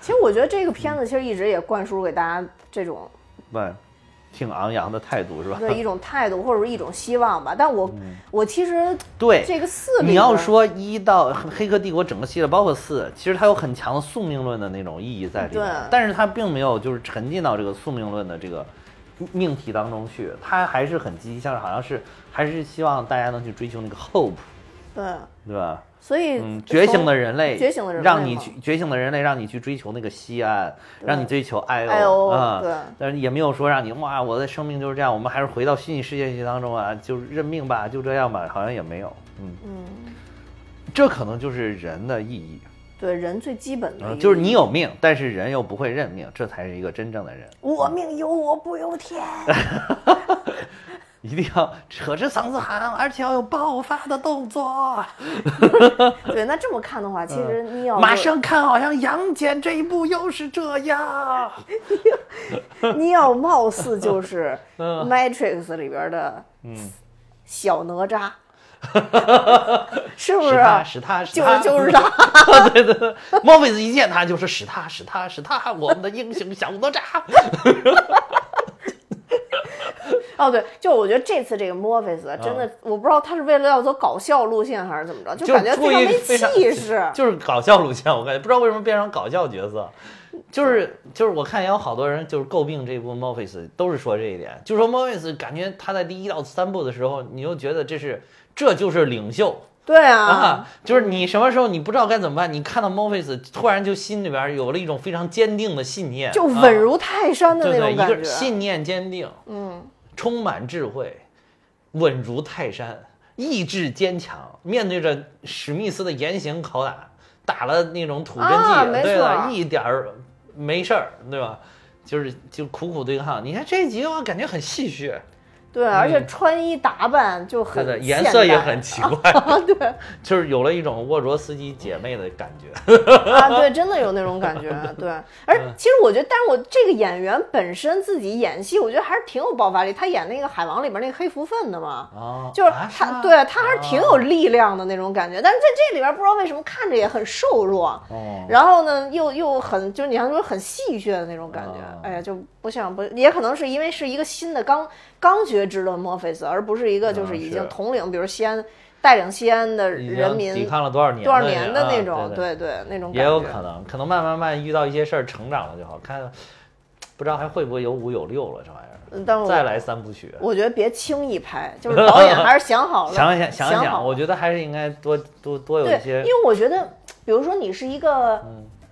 其实我觉得这个片子其实一直也灌输给大家这 种对，挺昂扬的态度是吧？对一种态度或者是一种希望吧。但我、我其实对，这个四里边，嗯哎你要说一到《黑客帝国》整个系列，包括四，其实它有很强的宿命论的那种意义在里面对，但是它并没有就是沉浸到这个宿命论的这个命题当中去，它还是很积极向上，好像是还是希望大家能去追求那个 hope，对，对吧？所以嗯，从觉醒的人类，觉醒的人类让你嘛去觉醒的人类，让你去追求那个西安，让你追求爱爱欧欧啊，对但是也没有说让你哇，我的生命就是这样，我们还是回到虚拟世界去当中啊，就认命吧，就这样吧，好像也没有，嗯嗯，这可能就是人的意义，对人最基本的嗯一个就是你有命，但是人又不会认命，这才是一个真正的人，我命由我不由 天，一定要扯着嗓子喊，而且要有爆发的动作。对，那这么看的话，其实你要嗯马上看，好像杨戬这一部又是这样。 你要貌似就是 嗯 Matrix 里边的小哪 吒， 是不使是？啊他，使他，使就他，是 就是他，对对对， 莫菲斯一见他就是使他，使他，使他，我们的英雄小 哪吒。 哦，对，就我觉得这次这个 Morpheus 啊真的，我不知道他是为了要走搞笑路线还是怎么着，就就感觉故非常意没非常气势。 就是搞笑路线，我感觉不知道为什么变成搞笑角 色，就是就是我看也有好多人就是诟病这部 Morpheus，都是说这一点，就说 Morpheus 感觉他在第一到三部的时候，你又觉得这是这就是领袖对啊，啊，就是你什么时候你不知道该怎么办，你看到 Morpheus 突然就心里边有了一种非常坚定的信念，就啊稳如泰山的对那种对，一感个觉。信念坚定，嗯，充满智慧，稳如泰山，意志坚强，面对着史密斯的严刑拷打，打了那种土真剂，啊没对了，错一点儿没事儿，对吧？就是就苦苦对抗。你看这一集我感觉很戏谑，对，而且穿衣打扮就嗯对很的，现颜色也代啊很奇 怪，对，就是有了一种沃卓斯基姐妹的感 觉。啊，对，真的有那种感 觉，对。而嗯其实我觉得，但是我这个演员本身自己演戏，我觉得还是挺有爆发力。他演那个《海王》里边那个黑福分的嘛，哦，就是啊他，吗啊对他还是挺有力量的那种感觉。但是在这里边不知道为什么看着也很瘦弱，哦，然后呢又又很就是你像说很戏谑的那种感觉哦，哎呀就不像不也可能是因为是一个新的刚刚觉知了墨菲斯，而不是一个就嗯是已是经统领，比如西安带领西安的已经人民抵抗了多少年多少年的啊那种，对对对那种也感有觉。可能，可能慢慢慢遇到一些事儿，成长了就好看。不知道还会不会有五有六了，这玩意嗯但是儿我再来三部曲，我觉得别轻易拍，就是导演还是想好 了，想一想想想一好想，了我觉得还是应该多多多有对一，些因嗯为我觉得，比如说你是一个、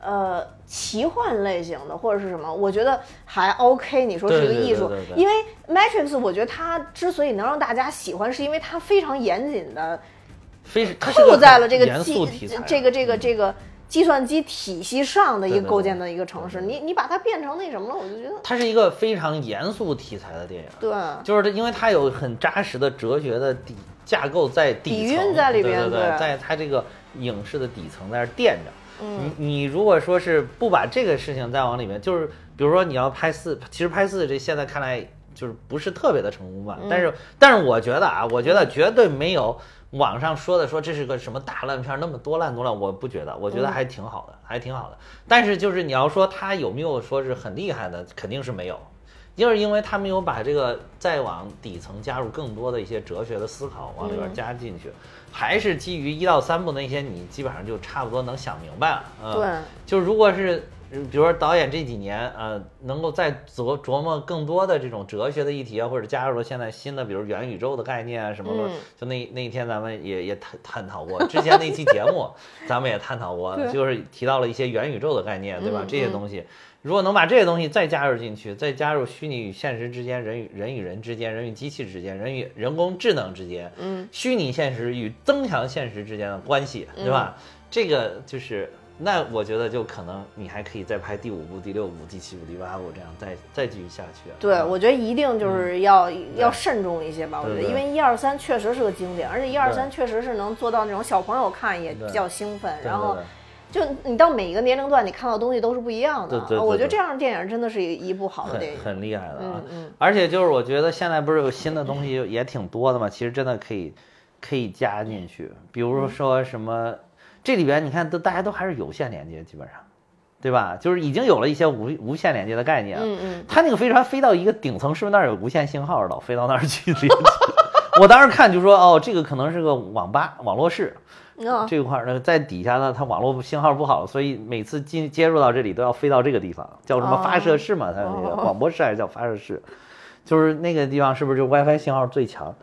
呃奇幻类型的或者是什么，我觉得还 OK。你说是一个对对艺术对对，对因为 Matrix，我觉得它之所以能让大家喜欢，是因为它非常严谨的非是它是扣个在了这个严计肃题材啊，这个这个这个计算机体系上的一对个对构对建的一个城市。你你把它变成那什么了，我就觉得它是一个非常严肃题材的电影，对。就是它因为它有很扎实的哲学的底架构在底底蕴层在里对边对对在它这个影视的底层在这儿垫着。嗯，你你如果说是不把这个事情再往里面，就是比如说你要拍四，其实拍四这现在看来就是不是特别的成功吧，嗯但是但是我觉得啊，我觉得绝对没有网上说的说这是个什么大烂片儿，那么多烂多烂，我不觉得，我觉嗯得还挺好的，还挺好的。但是就是你要说它有没有说是很厉害的，肯定是没有。就是因为他们有把这个再往底层加入更多的一些哲学的思考往里边加进去，还是基于一到三部那些你基本上就差不多能想明白了。嗯、对，就如果是嗯比如说导演这几年呃能够再琢琢磨更多的这种哲学的议题啊，或者加入了现在新的比如元宇宙的概念啊什么的，就那那一天咱们也也探探讨过，之前那期节目咱们也探讨过，就是提到了一些元宇宙的概念，对吧？这些东西。如果能把这些东西再加入进去，再加入虚拟与现实之间、人与人与人之间、人与机器之间、人与人工智能之间，嗯，虚拟现实与增强现实之间的关系，对吧？这个就是，那我觉得就可能你还可以再拍第五部、第六部、第七部、第八部这样再再继续下去。啊对，我觉得一定就是要、要慎重一些吧。我觉对得，嗯对因为一二三确实是个经典，而且一二三对确实是能做到那种小朋友看也对比较兴奋，对然后对对就你到每一个年龄段，你看到的东西都是不一样的。啊对对对我觉得对这样的电影真的是一一部好的很电影。嗯很厉害的啊。而且就是我觉得现在不是有新的东西也挺多的嘛，其实真的可以可以加进去，比如嗯说什么，这里边你看都大家都还是有线连接，基本上。对吧？就是已经有了一些无无线连接的概念。嗯嗯，它那个飞船飞到一个顶层，是不是那儿有无线信号老飞到那儿去 连接？我当时看就说，哦，这个可能是个网吧网络室。嗯，这块儿呢，在底下呢，它网络信号不好，所以每次进接入到这里都要飞到这个地方，叫什么发射室嘛？它那个广播室还是叫发射室？就是那个地方是不是就 WiFi 信号最强？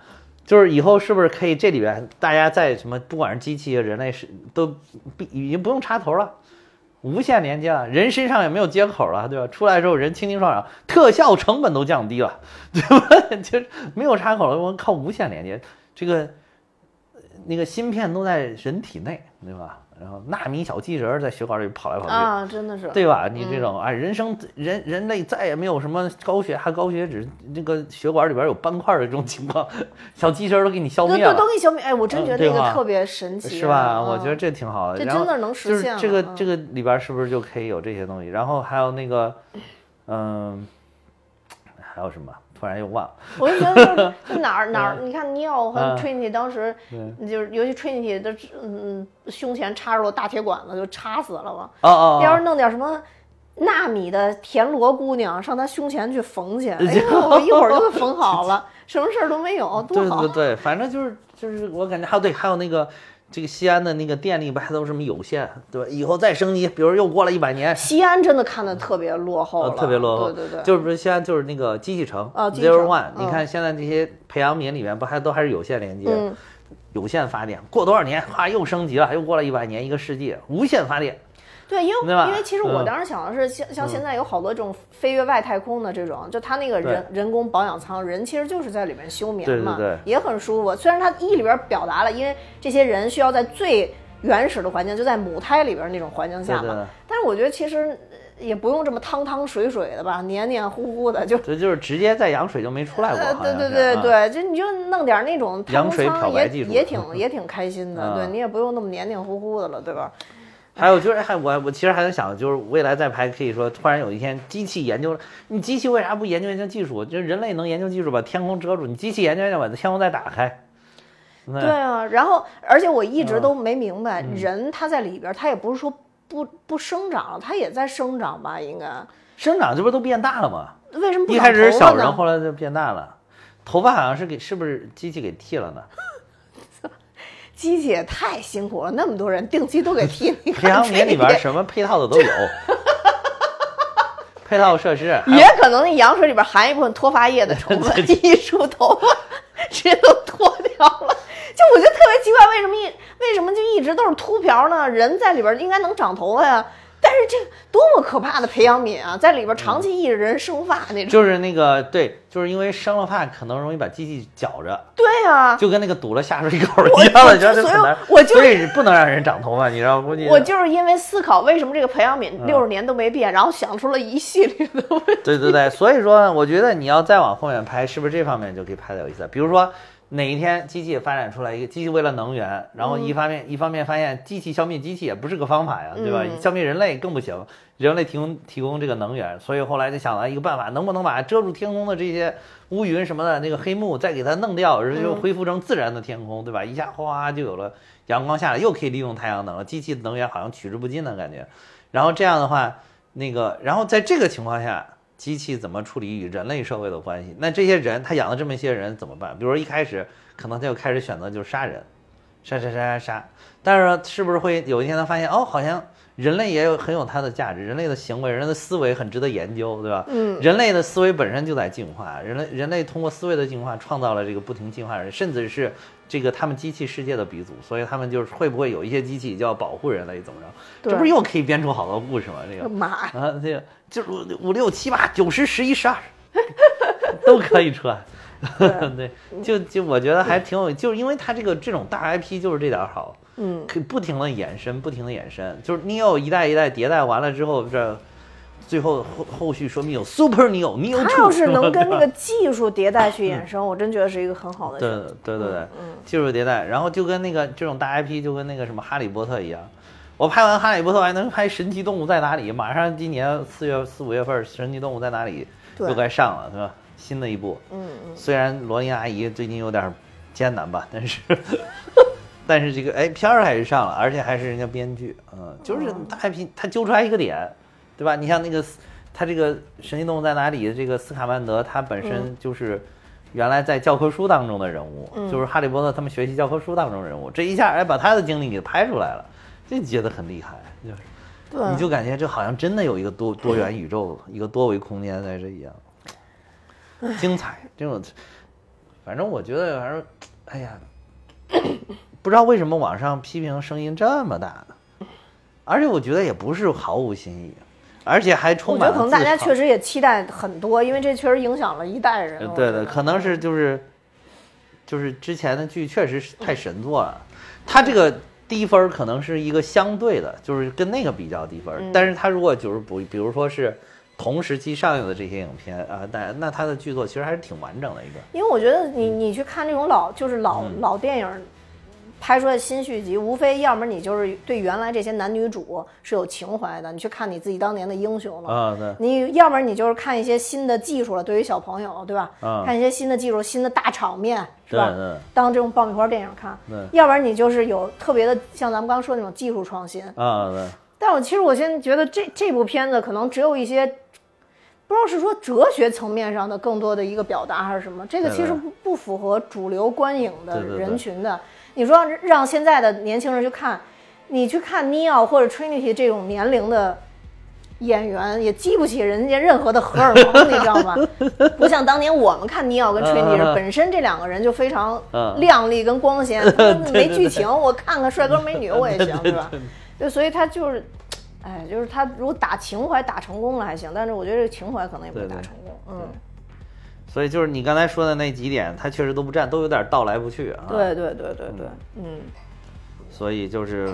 就是以后是不是可以这里边大家在什么，不管是机器啊、人类是都必已经不用插头了，无线连接了，人身上也没有接口了，对吧？出来之后人轻轻上涨，特效成本都降低了， 对吧？就是没有插口了，我靠无线连接，这个呃那个芯片都在人体内，对吧？然后纳米小机器人儿在血管里跑来跑去，啊，真的是，对吧？你这种啊，人生人人类再也没有什么高血压、高血脂，那个血管里边有斑块的这种情况， 小机器人儿都给你消对灭对，都了，给你消灭。哎，我真嗯觉得对那个吧特别 神奇，是吧？嗯我觉得这挺好的。这然后真的能实就是现了这个嗯这个里边是不是就可以有这些东西？然后还有那个，嗯，还有什么？突然又忘了。我就觉得就是就哪儿哪儿，你看尼奥和嗯 Trinity 当时就是，尤其 Trinity 的嗯胸前插入了大铁管子，就插死了嘛。哦哦，哦要是弄点什么纳米的田螺姑娘上他胸前去缝 去，哎呦，我一会儿就给缝好了，什么事儿都没有，多对好对。对，反正就是就是我感觉啊还有对，还有那个这个西安的那个电力不还都什么有限，对吧？以后再升级，比如又过了一百年，西安真的看的特别落后呃，了，特别落后，哦对对对，就是不是现在就是那个机器城哦机器 Zero 城 One，嗯你看现在这些培养皿里面不还都还是有线连接，嗯有线发电，过多少年 哗又升级了，又过了一百年一个世纪，无线发电，对，因对吧为因为其实我嗯当时想的是，像像现在有好多这种飞越外太空的这种，就它那个人人工保养舱，人其实就是在里面休眠对对嘛，对也很舒服。虽然它一里边表达了，因为这些人需要在最原始的环境，就在母胎里边那种环境下嘛，对对对但是我觉得其实呃也不用这么汤汤水水的吧，黏黏糊糊的就。这就是直接在羊水就没出来过，呃，好对像对是对啊对，就你就弄点那种太羊空水漂舱白也技术也挺也挺开 心的，啊对你也不用那么黏黏糊糊的了，对吧？还有就是，还我我其实还在想，就是未来再拍，可以说突然有一天机器研究了，你机器为啥不研究研究技术？就人类能研究技术，把天空遮住，你机器研究一下，把天空再打开。对对啊，然后而且我一嗯直都没明白，人他在里边儿，他也不是说不不生长了，他也在生长吧？应该生长这不是都变大了吗？为什么不一长开始头是发小呢人，后来就变大了。头发好像是给是不是机器给剃了呢？机器也太辛苦了，那么多人定期都给 剃，你培看养这皿 里边什么配套的都有，配套 设施。还有也可能那羊水里边含一部分脱发液的成分， 一梳头发直接都脱掉了。就我觉得特别奇怪，为什么一为什么就一直都是秃瓢呢？人在里边应该能长头发呀，但是这多么可怕的培养皿啊，在里边嗯长期一人生发那种。就是那个对，就是因为生了怕可能容易把机器绞着，对啊，就跟那个堵了下水口儿一样的，我你知道这所以很难，我就是所以不能让人长头发，你知道，估计我就是因为思考为什么这个培养嗯皿六十年都没变，然后想出了一系列的 问题。对对对，所以说我觉得你要再往后面拍，是不是这方面就可以拍的有意思了？比如说哪一天机器也发展出来一个机器为了能源，然后一方面、一方面发现机器消灭机器也不是个方法呀，对吧？嗯消灭人类更不行，人类提供提供这个能源，所以后来就想到一个办法，能不能把遮住天空的这些乌云什么的那个黑幕再给它弄掉，然后就恢复成自然的天空，对吧？一下哗就有了阳光下来，又可以利用太阳能了，机器的能源好像取之不尽的感觉。然后这样的话，那个，然后在这个情况下，机器怎么处理与人类社会的关系？那这些人，他养了这么一些人怎么办？比如说一开始可能他就开始选择就是杀人，杀杀杀杀杀，但是呢是不是会有一天他发现哦，好像人类也有很有它的价值，人类的行为、人类的思维很值得研究，对吧？嗯，人类的思维本身就在进化，人类人类通过思维的进化创造了这个不停进化的人，甚至是这个他们机器世界的鼻祖，所以他们就是会不会有一些机器就要保护人类怎么着？对这不是又可以编出好多故事吗？这个妈呀！啊，这个就是五五六七八九十十一十二都可 以出来。 对，就就我觉得还挺有，就是因为它这个这种大 IP 就是这点儿好，嗯，可以不停的延伸，不停的延伸，就是 Neo 一代一代迭代完了之后，这最后后后续说明有 Super Neo Neo 他 Two，要是能跟吧那个技术迭代 去衍生，我真觉得是一个很好的嗯对选择。对对对，技术迭代，然后就跟那个这种大 IP 就跟那个什么哈利波特一样，我拍完哈利波特还能拍神奇动物在哪里？马上今年四月四五月份神奇动物在哪里对就该上了，对吧？新的一部，嗯虽然罗琳阿姨最近有点艰难吧，但是但是这个哎片儿还是上了，而且还是人家编剧，嗯，就是哦大 IP 他揪出来一个点，对吧？你像那个斯他这个《神奇动物在哪里》的这个斯卡曼德，他本身就是原来在教科书当中的人物，就是哈利波特他们学习教科书当中的人物，这一下哎把他的经历给拍出来了，这觉得很厉害，就是。对你就感觉这好像真的有一个 多多元宇宙，一个多维空间在这一样，精彩这种，反正我觉得，反正哎呀，不知道为什么网上批评声音这么大呢？而且我觉得也不是毫无新意，而且还充我觉满得了可能大家自嘲确实也期待很多，因为这确实影响了一代人呃。我对觉对，得可能是就是就是之前的剧确实是太神作了，它这个低分儿可能是一个相对的，就是跟那个比较低分嗯儿。但是它如果就是不，比如说是同时期上映的这些影片啊，那那它的剧作其实还是挺完整的一个。因为我觉得你嗯你去看这种老就是老、老电影拍出来新续集，无非要么你就是对原来这些男女主是有情怀的，你去看你自己当年的英雄了。啊，对，你要么你就是看一些新的技术了，对于小朋友，对吧？嗯看一些新的技术、新的大场面，是吧？对嗯对当这种爆米花电影看对。要不然你就是有特别的，像咱们刚说的那种技术创新。啊，对，但我其实我现在觉得这这部片子可能只有一些，不知道是说哲学层面上的更多的一个表达还是什么，这个其对对实不不符合主流观影的对对对人群的。你说让让现在的年轻人去看，你去看尼奥或者 Trinity 这种年龄的。演员也激不起人家任何的荷尔蒙，你 知道吗？不像当年我们看尼奥跟 Trinity 时 嗯嗯嗯本身这两个人就非常嗯靓丽跟光 鲜，他们对没对剧对情，我看看帅哥美女我也行， 对对吧？对对，所以他就是，哎，就是他如果打情怀打成功了还行，但是我觉得这个情怀可能也不会对对打成功。嗯，所以就是你刚才说的那几点，它确实都不占，都有点到来不去啊。对对对对对，嗯，所以就是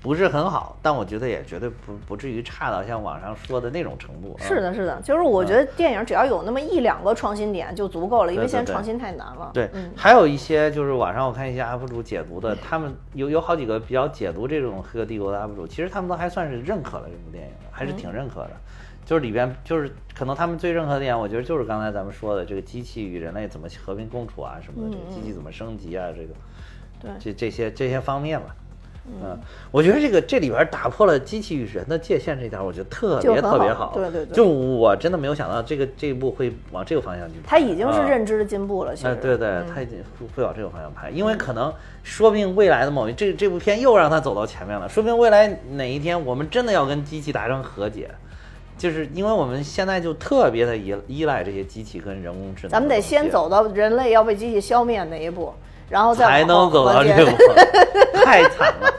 不是很好，但我觉得也绝对不不至于差到像网上说的那种程度。啊、是，的，是的，就是我觉得电影只要有那么一两个创新点就足够了，因为对对现在对创新太难了。对，嗯，还有一些就是网上我看一些 UP 主解读的，他们有有好几个比较解读这种《黑客帝国》的 UP 主，其实他们都还算是认可了这部电影的，还是挺嗯认可的。就是里边就是可能他们最认可的点，我觉得就是刚才咱们说的这个机器与人类怎么和平共处啊什么的，这个机器怎么升级啊，这个嗯对这这些这些方面吧。嗯，我觉得这个这里边打破了机器与人的界限这点，我觉得特就别很特别好好。对对对就我真的没有想到这个这一步会往这个方向去。他已经是啊认知的进步了，其哎，实。嗯对对，他已经会会往这个方向拍，因为可能说不定未来的某一这这部片又让他走到前面了，说不定未来哪一天我们真的要跟机器达成和解，就是因为我们现在就特别的依依赖这些机器跟人工智能，咱们得先，走到人类要被机器消灭那一步，然后再才往后能走到和这解步， 太惨了。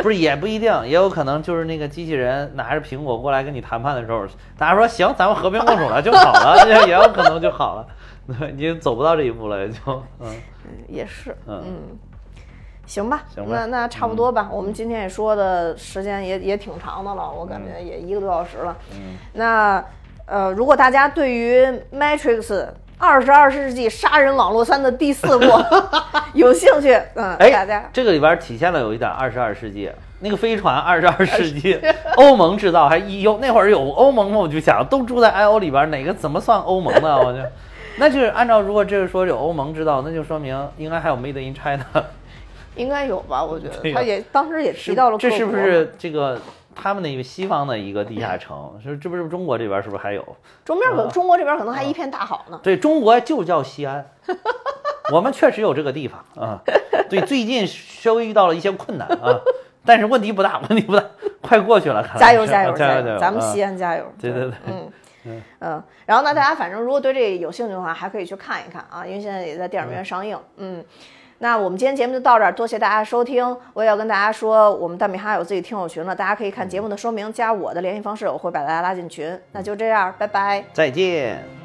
不是，也不一定，也有可能就是那个机器人拿着苹果过来跟你谈判的时候，大家说行，咱们和平共处了就好了， 这也有可能就好了， 对，你走不到这一步了，也就嗯。也是，嗯行吧，行吧嗯那那差不多吧。我们今天也说的时间也也挺长的了，我感嗯觉也一个多小时了。嗯，那呃，如果大家对于《Matrix》二十二世纪杀人网络三的第 四部有兴趣，嗯，哎，大家这个里边体现了有一点二十二世纪那个飞船，二十二世纪 欧盟制造，还有那会儿有欧盟嘛，我就想都住在 I O 里边，哪个怎么算欧盟呢？我就，那就是按照如果这个说有欧盟制造，那就说明应该还有 Made in China，应该有吧？我觉对得呀他也当时也提到了这各是不国嘛是这个他们那个西方的一个地下城？是这不是中国这边是不是还有？中边可啊中国这边可能还一片大好呢。对中国就叫 西安，我们确实有这个地方啊。对，最近稍微遇到了一些困难啊，但是问题不大，问题不大，快过去了。看来加油是加油啊 加油！油！咱们啊西安加油！对对对嗯嗯，然后呢，大家反正如果对这有兴趣的话，还可以去看一看啊，因为现在也在电影院上映。嗯，那我们今天节目就到这儿，多谢大家收听。我也要跟大家说，我们蛋米哈有自己听友群了，大家可以看节目的说明，加我的联系方式，我会把大家拉进群。那就这样，拜拜。再见。